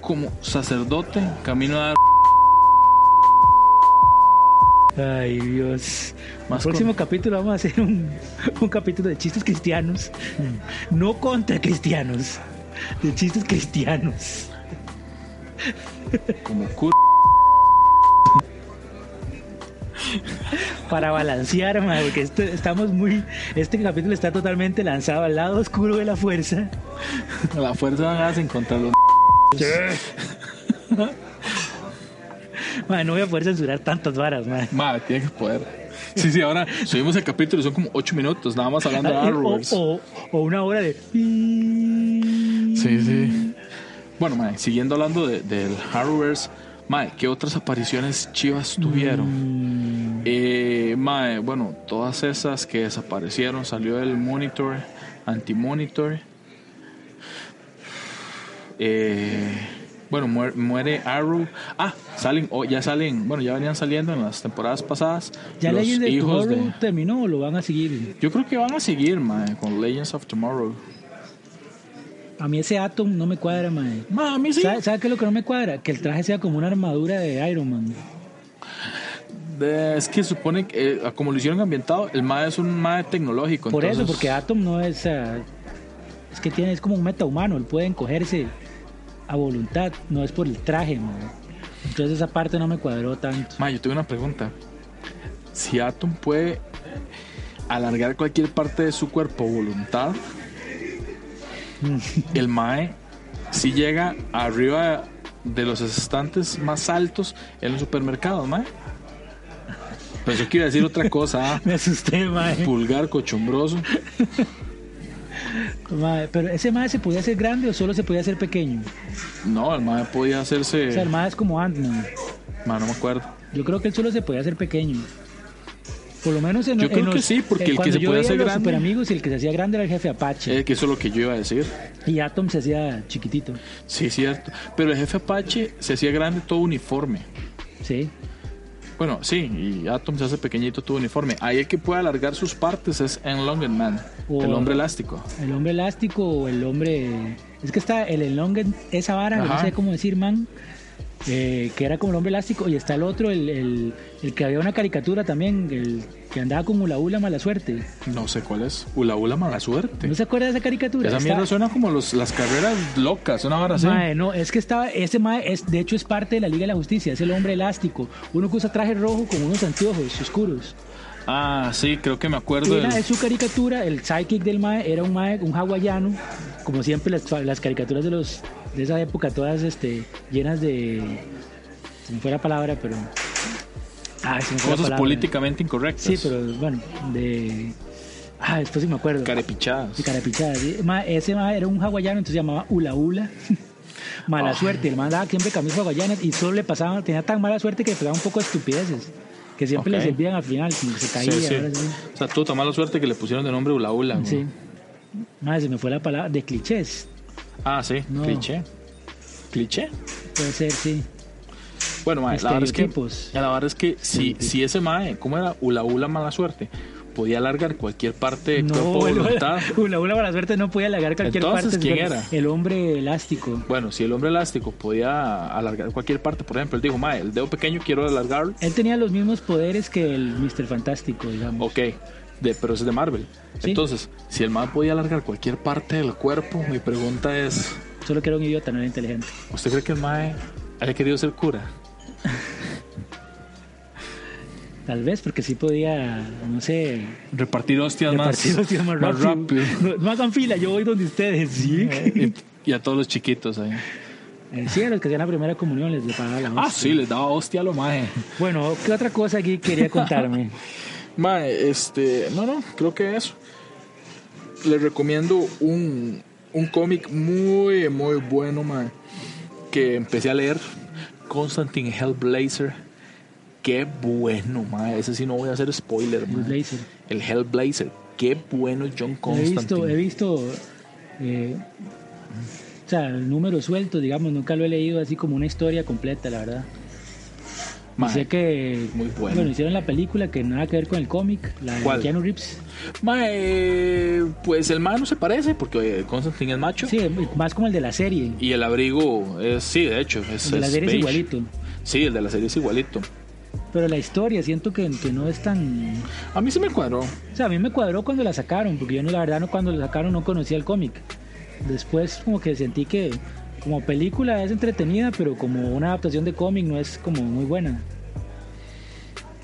A: como sacerdote, camino a dar.
B: Ay, Dios.
A: Más
B: el próximo
A: con-
B: capítulo vamos a hacer un, un capítulo de chistes cristianos.
A: Mm.
B: No contra cristianos. De chistes cristianos.
A: Como culo.
B: Para balancear, mae, porque este- estamos muy. Este capítulo está totalmente lanzado al lado oscuro de la fuerza.
A: A la fuerza hacen contra los.
B: Mae, no voy a poder censurar tantas varas, mae.
A: Madre, tiene que poder. Sí, sí, ahora subimos el capítulo, son como 8 minutos, nada más hablando de
B: O,
A: Arrowverse.
B: o- o una hora de.
A: Sí, sí. Bueno, mae, siguiendo hablando de- del Arrowverse, mae, ¿qué otras apariciones chivas tuvieron?
B: Mm.
A: Eh, mae, bueno, todas esas que desaparecieron, salió el Monitor, Anti-Monitor. Eh, bueno, muer- muere, Arrow. Ah, salen, o ya salen, bueno, ya venían saliendo en las temporadas pasadas.
B: ¿Ya
A: los
B: Legends de
A: hijos
B: Tomorrow
A: de...
B: terminó o lo van a seguir?
A: Yo creo que van a seguir, mae, con Legends of Tomorrow.
B: A mí ese Atom no me cuadra, mae.
A: Mae, a mí sí.
B: ¿Sabes qué es lo que no me cuadra? Que el traje sea como una armadura de Iron Man.
A: De- es que supone que, eh, como lo hicieron ambientado, el MAE es un MAE tecnológico.
B: Por eso,
A: entonces-
B: porque Atom no es. ah, es que tiene, es como un metahumano, él puede encogerse a voluntad, no es por el traje, man. Entonces esa parte no me cuadró tanto.
A: Mae, yo tengo una pregunta. Si Atom puede alargar cualquier parte de su cuerpo a voluntad,
B: Mm.
A: el MAE, si llega arriba de los estantes más altos en los supermercados, MAE. Pensé que iba a decir otra cosa. ah.
B: Me asusté, mae.
A: Pulgar cochombroso.
B: Mae, Pero ese mae se podía hacer grande o solo se podía hacer pequeño.
A: No, el MAE podía hacerse.
B: O sea, el mae es como Ant-Man.
A: Mae, no me acuerdo.
B: Yo creo que él solo se podía hacer pequeño. Por lo menos en
A: Yo
B: en
A: creo
B: los- eh,
A: que sí, porque el que
B: cuando
A: se
B: yo
A: podía
B: veía
A: hacer
B: los
A: grande-
B: Superamigos y el que se hacía grande era el jefe Apache.
A: Eh, que eso es lo que yo iba a decir.
B: Y Atom se hacía chiquitito.
A: Sí, cierto. Pero el jefe Apache se hacía grande todo uniforme.
B: Sí.
A: Bueno, sí, y Atom se hace pequeñito todo uniforme. Ahí el que puede alargar sus partes es en Man,
B: O-
A: el hombre elástico.
B: El hombre elástico o el hombre. Es que está el Elonga, esa vara, que no
A: Ajá.
B: sé cómo decir, man. eh, que era como el hombre elástico. Y está el otro, el, el- el que había una caricatura también, el que andaba con hula hula mala suerte.
A: No sé cuál es. Ula Ula mala suerte.
B: ¿No se acuerda de esa caricatura?
A: Esa
B: Está-
A: mierda suena como los, las carreras locas, una vara así.
B: Mae, no, es que estaba, ese mae es, de hecho es parte de la Liga de la Justicia, es el hombre elástico, uno que usa traje rojo con unos anteojos oscuros.
A: Ah, sí, creo que me acuerdo.
B: Era de
A: del-
B: su caricatura, el sidekick del mae era un mae, un hawaiano, como siempre las, las caricaturas de los de esa época todas este llenas de se me fue la palabra, pero ah, se me fue
A: Cosas
B: la palabra.
A: políticamente incorrectas.
B: Sí, pero bueno, de ah, esto sí me acuerdo.
A: Carepichadas.
B: De Carapichada, sí. Ma- ese ma era un hawaiano, entonces se llamaba Ula Ula. Mala
A: Ay.
B: suerte, el man daba siempre camisas hawaianas y solo le pasaba, tenía tan mala suerte que le pegaba un poco de estupideces, que siempre
A: Ok.
B: le servían al final, como que se
A: Sí,
B: caía.
A: sí.
B: ahora sí.
A: O sea, tú, tan mala suerte que le pusieron de nombre Ula Ula. güey.
B: Sí. Madre, se me fue la palabra, de clichés,
A: Ah, sí,
B: No.
A: cliché. ¿Cliché?
B: puede ser, sí.
A: Bueno, mae, la verdad es que,
B: Estereotipos.
A: la verdad es que si, si ese mae, ¿cómo era? Ula Ula mala suerte, podía alargar cualquier parte del cuerpo a
B: el-
A: voluntad.
B: Ula Ula, mala suerte, no podía alargar cualquier
A: Entonces,
B: parte.
A: ¿quién
B: sino
A: era?
B: El hombre elástico.
A: Bueno, si el hombre elástico podía alargar cualquier parte, por ejemplo, él dijo, mae, el dedo pequeño quiero alargarlo.
B: Él tenía los mismos poderes que el Mr. Fantástico, digamos.
A: Ok, de, pero ese es de Marvel.
B: Sí.
A: Entonces, si el mae podía alargar cualquier parte del cuerpo, mi pregunta es,
B: Solo que era un idiota, no era inteligente.
A: ¿usted cree que el mae haya querido ser cura?
B: Tal vez, porque sí podía, no sé,
A: Repartir hostias,
B: repartir
A: más,
B: hostias más, rápido. No, no hagan fila, yo voy donde ustedes, ¿sí?
A: Eh, y, y a todos los chiquitos ahí.
B: Eh, sí, a los que hacían la primera comunión les pagaba la hostia.
A: Ah, sí, les daba hostia a lo maje.
B: Bueno, ¿qué otra cosa aquí quería contarme?
A: Mae, este, no, no, creo que eso. Les recomiendo un, un cómic muy, muy bueno, mae, que empecé a leer, Constantine Hellblazer. Qué bueno, mae, ese sí no voy a hacer spoiler, mae.
B: Hellblazer.
A: El Hellblazer. Qué bueno es John
B: he visto, he
A: Constantine.
B: visto, eh, o sea, el número suelto, digamos, nunca lo he leído así como una historia completa, la verdad. Y
A: Mae,
B: sé que,
A: muy bueno.
B: hicieron la película que nada que ver con el cómic, la de
A: ¿Cuál?
B: Keanu Reeves.
A: mae, pues el mae no se parece, porque eh, Constantine es macho.
B: Sí, más como el de la serie.
A: Y el abrigo, es, sí, de hecho, es,
B: El de la
A: es
B: serie es
A: beige.
B: igualito.
A: Sí, el de la serie es igualito.
B: Pero la historia siento que, que no es tan...
A: A mí se me cuadró.
B: O sea, a mí me cuadró cuando la sacaron, porque yo no, la verdad no cuando la sacaron no conocía el cómic. Después como que sentí que como película es entretenida, pero como una adaptación de cómic no es como muy buena.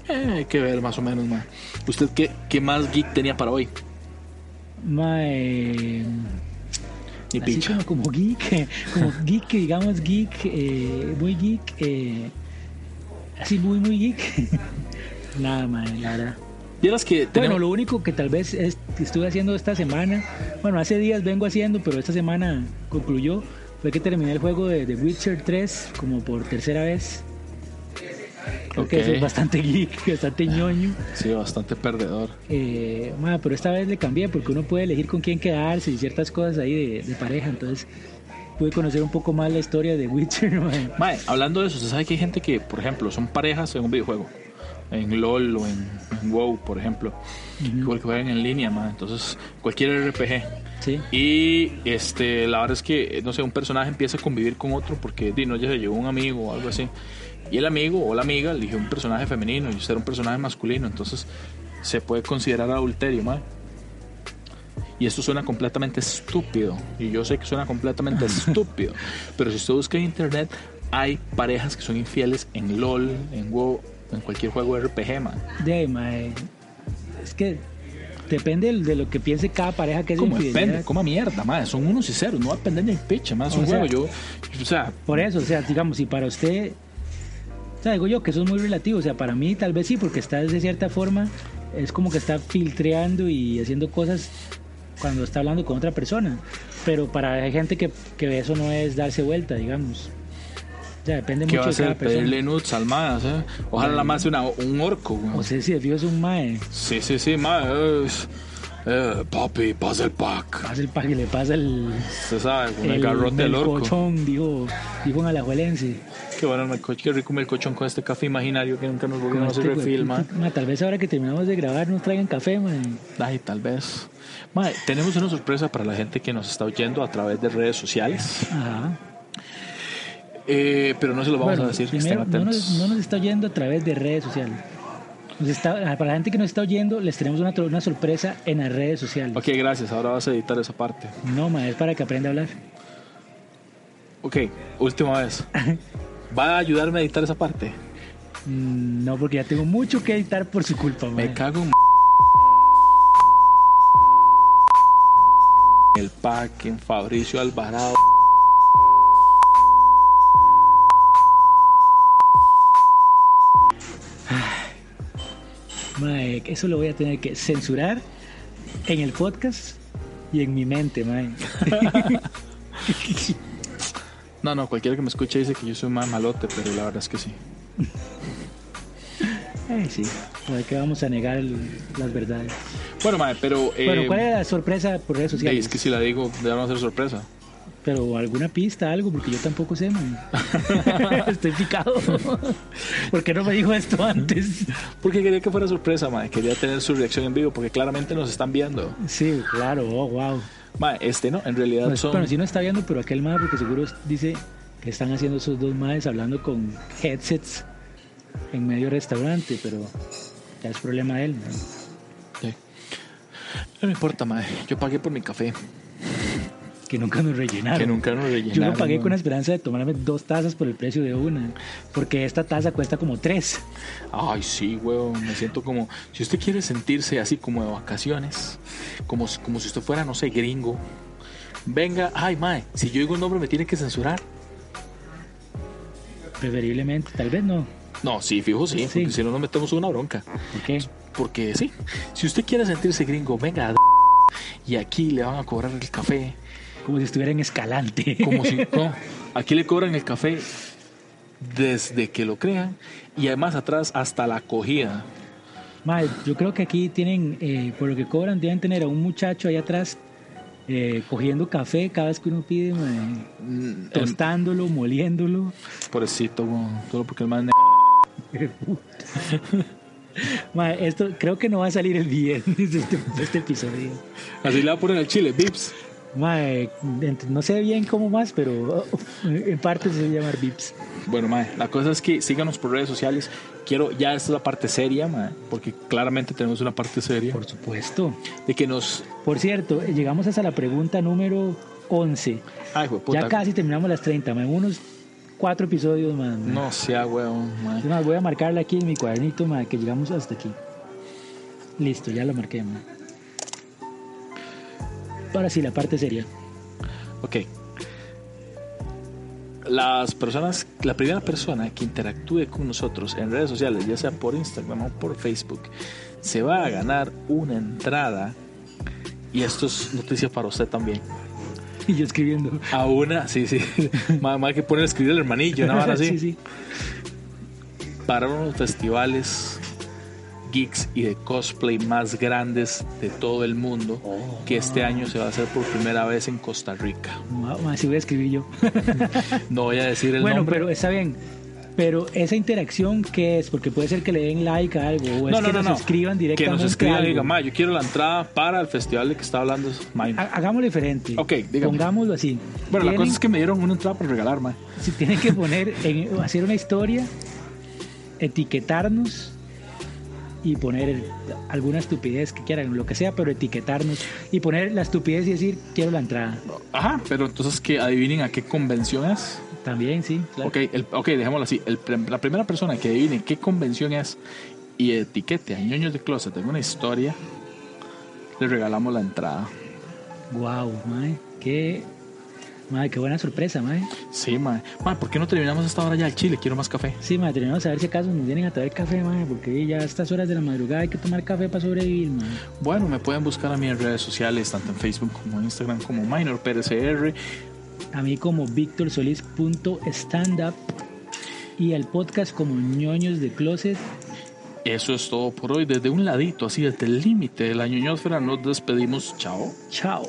A: Eh, hay que ver más o menos, mae. ¿Usted qué, qué más geek tenía para hoy?
B: Mae,
A: Ni
B: así
A: pincha.
B: como, como geek, como geek, que digamos geek, eh, muy geek, eh, así muy, muy geek. Nada, mae, la verdad.
A: Vieras que
B: Bueno,
A: tenemos...
B: lo único que tal vez es- estuve haciendo esta semana, bueno, hace días vengo haciendo, pero esta semana concluyó, fue que terminé el juego de, de Witcher 3 como por tercera vez. Creo que
A: Ok.
B: eso es bastante geek, bastante ñoño.
A: Sí, bastante perdedor.
B: Eh, ma, pero esta vez le cambié porque uno puede elegir con quién quedarse y ciertas cosas ahí de, de pareja, entonces pude conocer un poco más la historia de Witcher. ma.
A: Mae, hablando de eso, ¿usted sabe que hay gente que, por ejemplo, son parejas en un videojuego? En LOL o en, en WoW, por ejemplo. Igual que juegan en línea, mae. Entonces, cualquier RPG.
B: Sí.
A: Y este, la verdad es que, no sé, un personaje empieza a convivir con otro porque, di, no, ya se llegó un amigo o algo así. Y el amigo o la amiga eligió un personaje femenino y usted era un personaje masculino. Entonces, se puede considerar adulterio, mae. Y esto suena completamente estúpido. Y yo sé que suena completamente estúpido. Pero si usted busca en internet, hay parejas que son infieles en LOL, en WoW, en cualquier juego RPG, mae.
B: De ahí, ma, eh, es que depende de- de lo que piense cada pareja que es
A: ¿Cómo
B: infidelidad.
A: depende? ¿Cómo mierda, mae? Son unos y ceros. No va a depender ni el picha, mae. Es
B: O
A: un
B: sea-
A: juego. Yo, o sea,
B: Por eso, o sea, digamos, si para usted, o sea, digo yo que eso es muy relativo, o sea, para mí tal vez sí, porque está de cierta forma, es como que está filtreando y haciendo cosas cuando está hablando con otra persona, pero para hay gente que, que eso no es darse vuelta, digamos. O sea, depende
A: ¿Qué va
B: mucho
A: a
B: de cada
A: hacer?
B: persona.
A: Pedirle nuts al mae, ¿sí? Ojalá la mae sea una- un orco, güey.
B: O sea, si de fijo es un mae,
A: Sí, sí, sí, mae. es- eh, papi, pasa el pack.
B: pasa el pa que le pasa el,
A: Se sabe, con el,
B: el
A: garrote del orco.
B: melcochón, dijo, dijo un alajuelense.
A: Qué bueno el melcochón, qué rico el melcochón con este café imaginario que nunca nos volvieron a hacer
B: Este,
A: refil, mae.
B: ma, Tal vez ahora que terminamos de grabar nos traigan café, mae.
A: Ay, tal vez. Mae, tenemos una sorpresa para la gente que nos está oyendo a través de redes sociales.
B: Ajá.
A: Eh, pero no se lo vamos
B: Bueno,
A: a decir,
B: primero,
A: estén
B: no,
A: atentos.
B: nos, no nos está oyendo a través de redes sociales. Nos está- ah, para la gente que nos está oyendo, les tenemos una, tro- una sorpresa en las redes sociales.
A: Ok, gracias. Ahora vas a editar esa parte.
B: No, ma, es para que aprenda a hablar.
A: Ok, última vez. ¿Va a ayudarme a editar esa parte?
B: Mm, No, porque ya tengo mucho que editar por su culpa, ma.
A: Me cago en el pack en Fabricio Alvarado.
B: Ma, eh, Eso lo voy a tener que censurar en el podcast y en mi mente, ma.
A: No, no, cualquiera que me escuche dice que yo soy más malote, pero la verdad es que sí.
B: Ay, sí. ¿Por qué vamos a negar el- las verdades?
A: Bueno, madre, pero. eh,
B: bueno, ¿cuál era la sorpresa por redes
A: ey,
B: sociales?
A: es que si la digo, le van a hacer sorpresa.
B: Pero alguna pista, algo, porque yo tampoco sé, man. Estoy picado. ¿Por qué no me dijo esto antes?
A: Porque quería que fuera sorpresa, madre. Quería tener su reacción en vivo, porque claramente nos están viendo.
B: Sí, claro, oh, wow.
A: Madre, este no, en realidad
B: Bueno,
A: son.
B: bueno, sí no está viendo, pero aquel madre, porque seguro dice que están haciendo esos dos madres hablando con headsets en medio restaurante, pero ya es problema de él. man.
A: Sí. No me importa, madre. Yo pagué por mi café.
B: Qué que nunca nos rellenaron.
A: Que nunca nos rellenaron.
B: Ah, Yo lo pagué con la esperanza de tomarme dos tazas por el precio de una, porque esta taza cuesta como tres.
A: Ay, sí, weón, me siento como, si usted quiere sentirse así como de vacaciones, como, como si usted fuera, no sé, gringo, venga, ay, mae, si yo digo un nombre me tiene que censurar.
B: Preferiblemente, tal vez no.
A: No, sí, fijo, sí,
B: Sí.
A: porque si no nos metemos una bronca.
B: ¿Por qué?
A: Porque sí, si usted quiere sentirse gringo, venga a y aquí le van a cobrar el café.
B: Como si estuviera en escalante.
A: Como si no, aquí le cobran el café desde que lo crean y además atrás hasta la acogida.
B: Mae, yo creo que aquí tienen, eh, por lo que cobran, deben tener a un muchacho ahí atrás eh, cogiendo café cada vez que uno pide, mae,
A: Mm, el-
B: tostándolo, moliéndolo.
A: Pobrecito, weón, solo porque el man
B: Mae, esto creo que no va a salir el viernes de este, de este episodio.
A: Así le va a poner al chile, Vips.
B: Mae, ent- no sé bien cómo más, pero oh, en parte se debe llamar VIPs.
A: Bueno, mae, la cosa es que síganos por redes sociales. Quiero, ya esta es la parte seria, mae, porque claramente tenemos una parte seria.
B: Por supuesto.
A: De que nos.
B: Por cierto, eh, llegamos hasta la pregunta número 11.
A: Ay, hueputa.
B: Ya casi terminamos las 30, mae, unos cuatro episodios más. mae.
A: No sea, weón, mae.
B: Es más, voy a marcarla aquí en mi cuadernito, ma, que llegamos hasta aquí. Listo, ya la marqué, ma. Ahora sí, la parte seria.
A: Ok. Las personas, la primera persona que interactúe con nosotros en redes sociales, ya sea por Instagram o por Facebook, se va a ganar una entrada. Y esto es noticia para usted también.
B: Y yo escribiendo.
A: A una, sí, sí. Más más que poner a escribir el hermanillo, una vara así.
B: sí, sí.
A: Para uno de los festivales geeks y de cosplay más grandes de todo el mundo, que este año se va a hacer por primera vez en Costa Rica.
B: Ma, ma, sí voy a escribir yo.
A: No voy a decir el
B: bueno,
A: nombre.
B: pero está bien. Pero esa interacción, ¿qué es? Porque puede ser que le den like a algo. O es que nos escriban
A: Que
B: directamente.
A: nos escriban
B: algo.
A: y digan, "Ma, yo quiero la entrada para el festival de que está hablando May".
B: Ha- Hagámoslo diferente.
A: Ok, dígame.
B: Pongámoslo así.
A: Bueno, la
B: Ah, Tienen-
A: cosa es que me dieron una entrada para regalar, ma.
B: Si tienen que poner, en- hacer una historia, etiquetarnos y poner alguna estupidez que quieran, lo que sea, pero etiquetarnos y poner la estupidez y decir quiero la entrada.
A: Ajá, pero entonces que adivinen a qué convención es.
B: También, sí. claro.
A: Ok, el, ok, dejémoslo así. El prim- la primera persona que adivine qué convención es y etiquete a ñoños de closet en una historia, le regalamos la entrada.
B: Guau, mae, qué, mae, qué buena sorpresa, mae.
A: Sí, ma. Ma, ¿por qué no terminamos esta hora ya al Chile? Quiero más café.
B: Sí, mae, tenemos a ver si acaso nos vienen a traer café, mae, porque ya a estas horas de la madrugada hay que tomar café para sobrevivir, mae.
A: Bueno, me pueden buscar a mí en redes sociales, tanto en Facebook como en Instagram, como Minor PRCR.
B: A mí como Víctor Solís punto stand up y al podcast como ñoños de closet
A: Eso es todo por hoy. Desde un ladito, así desde el límite de la ñoñosfera, nos despedimos. Chao.
B: Chao.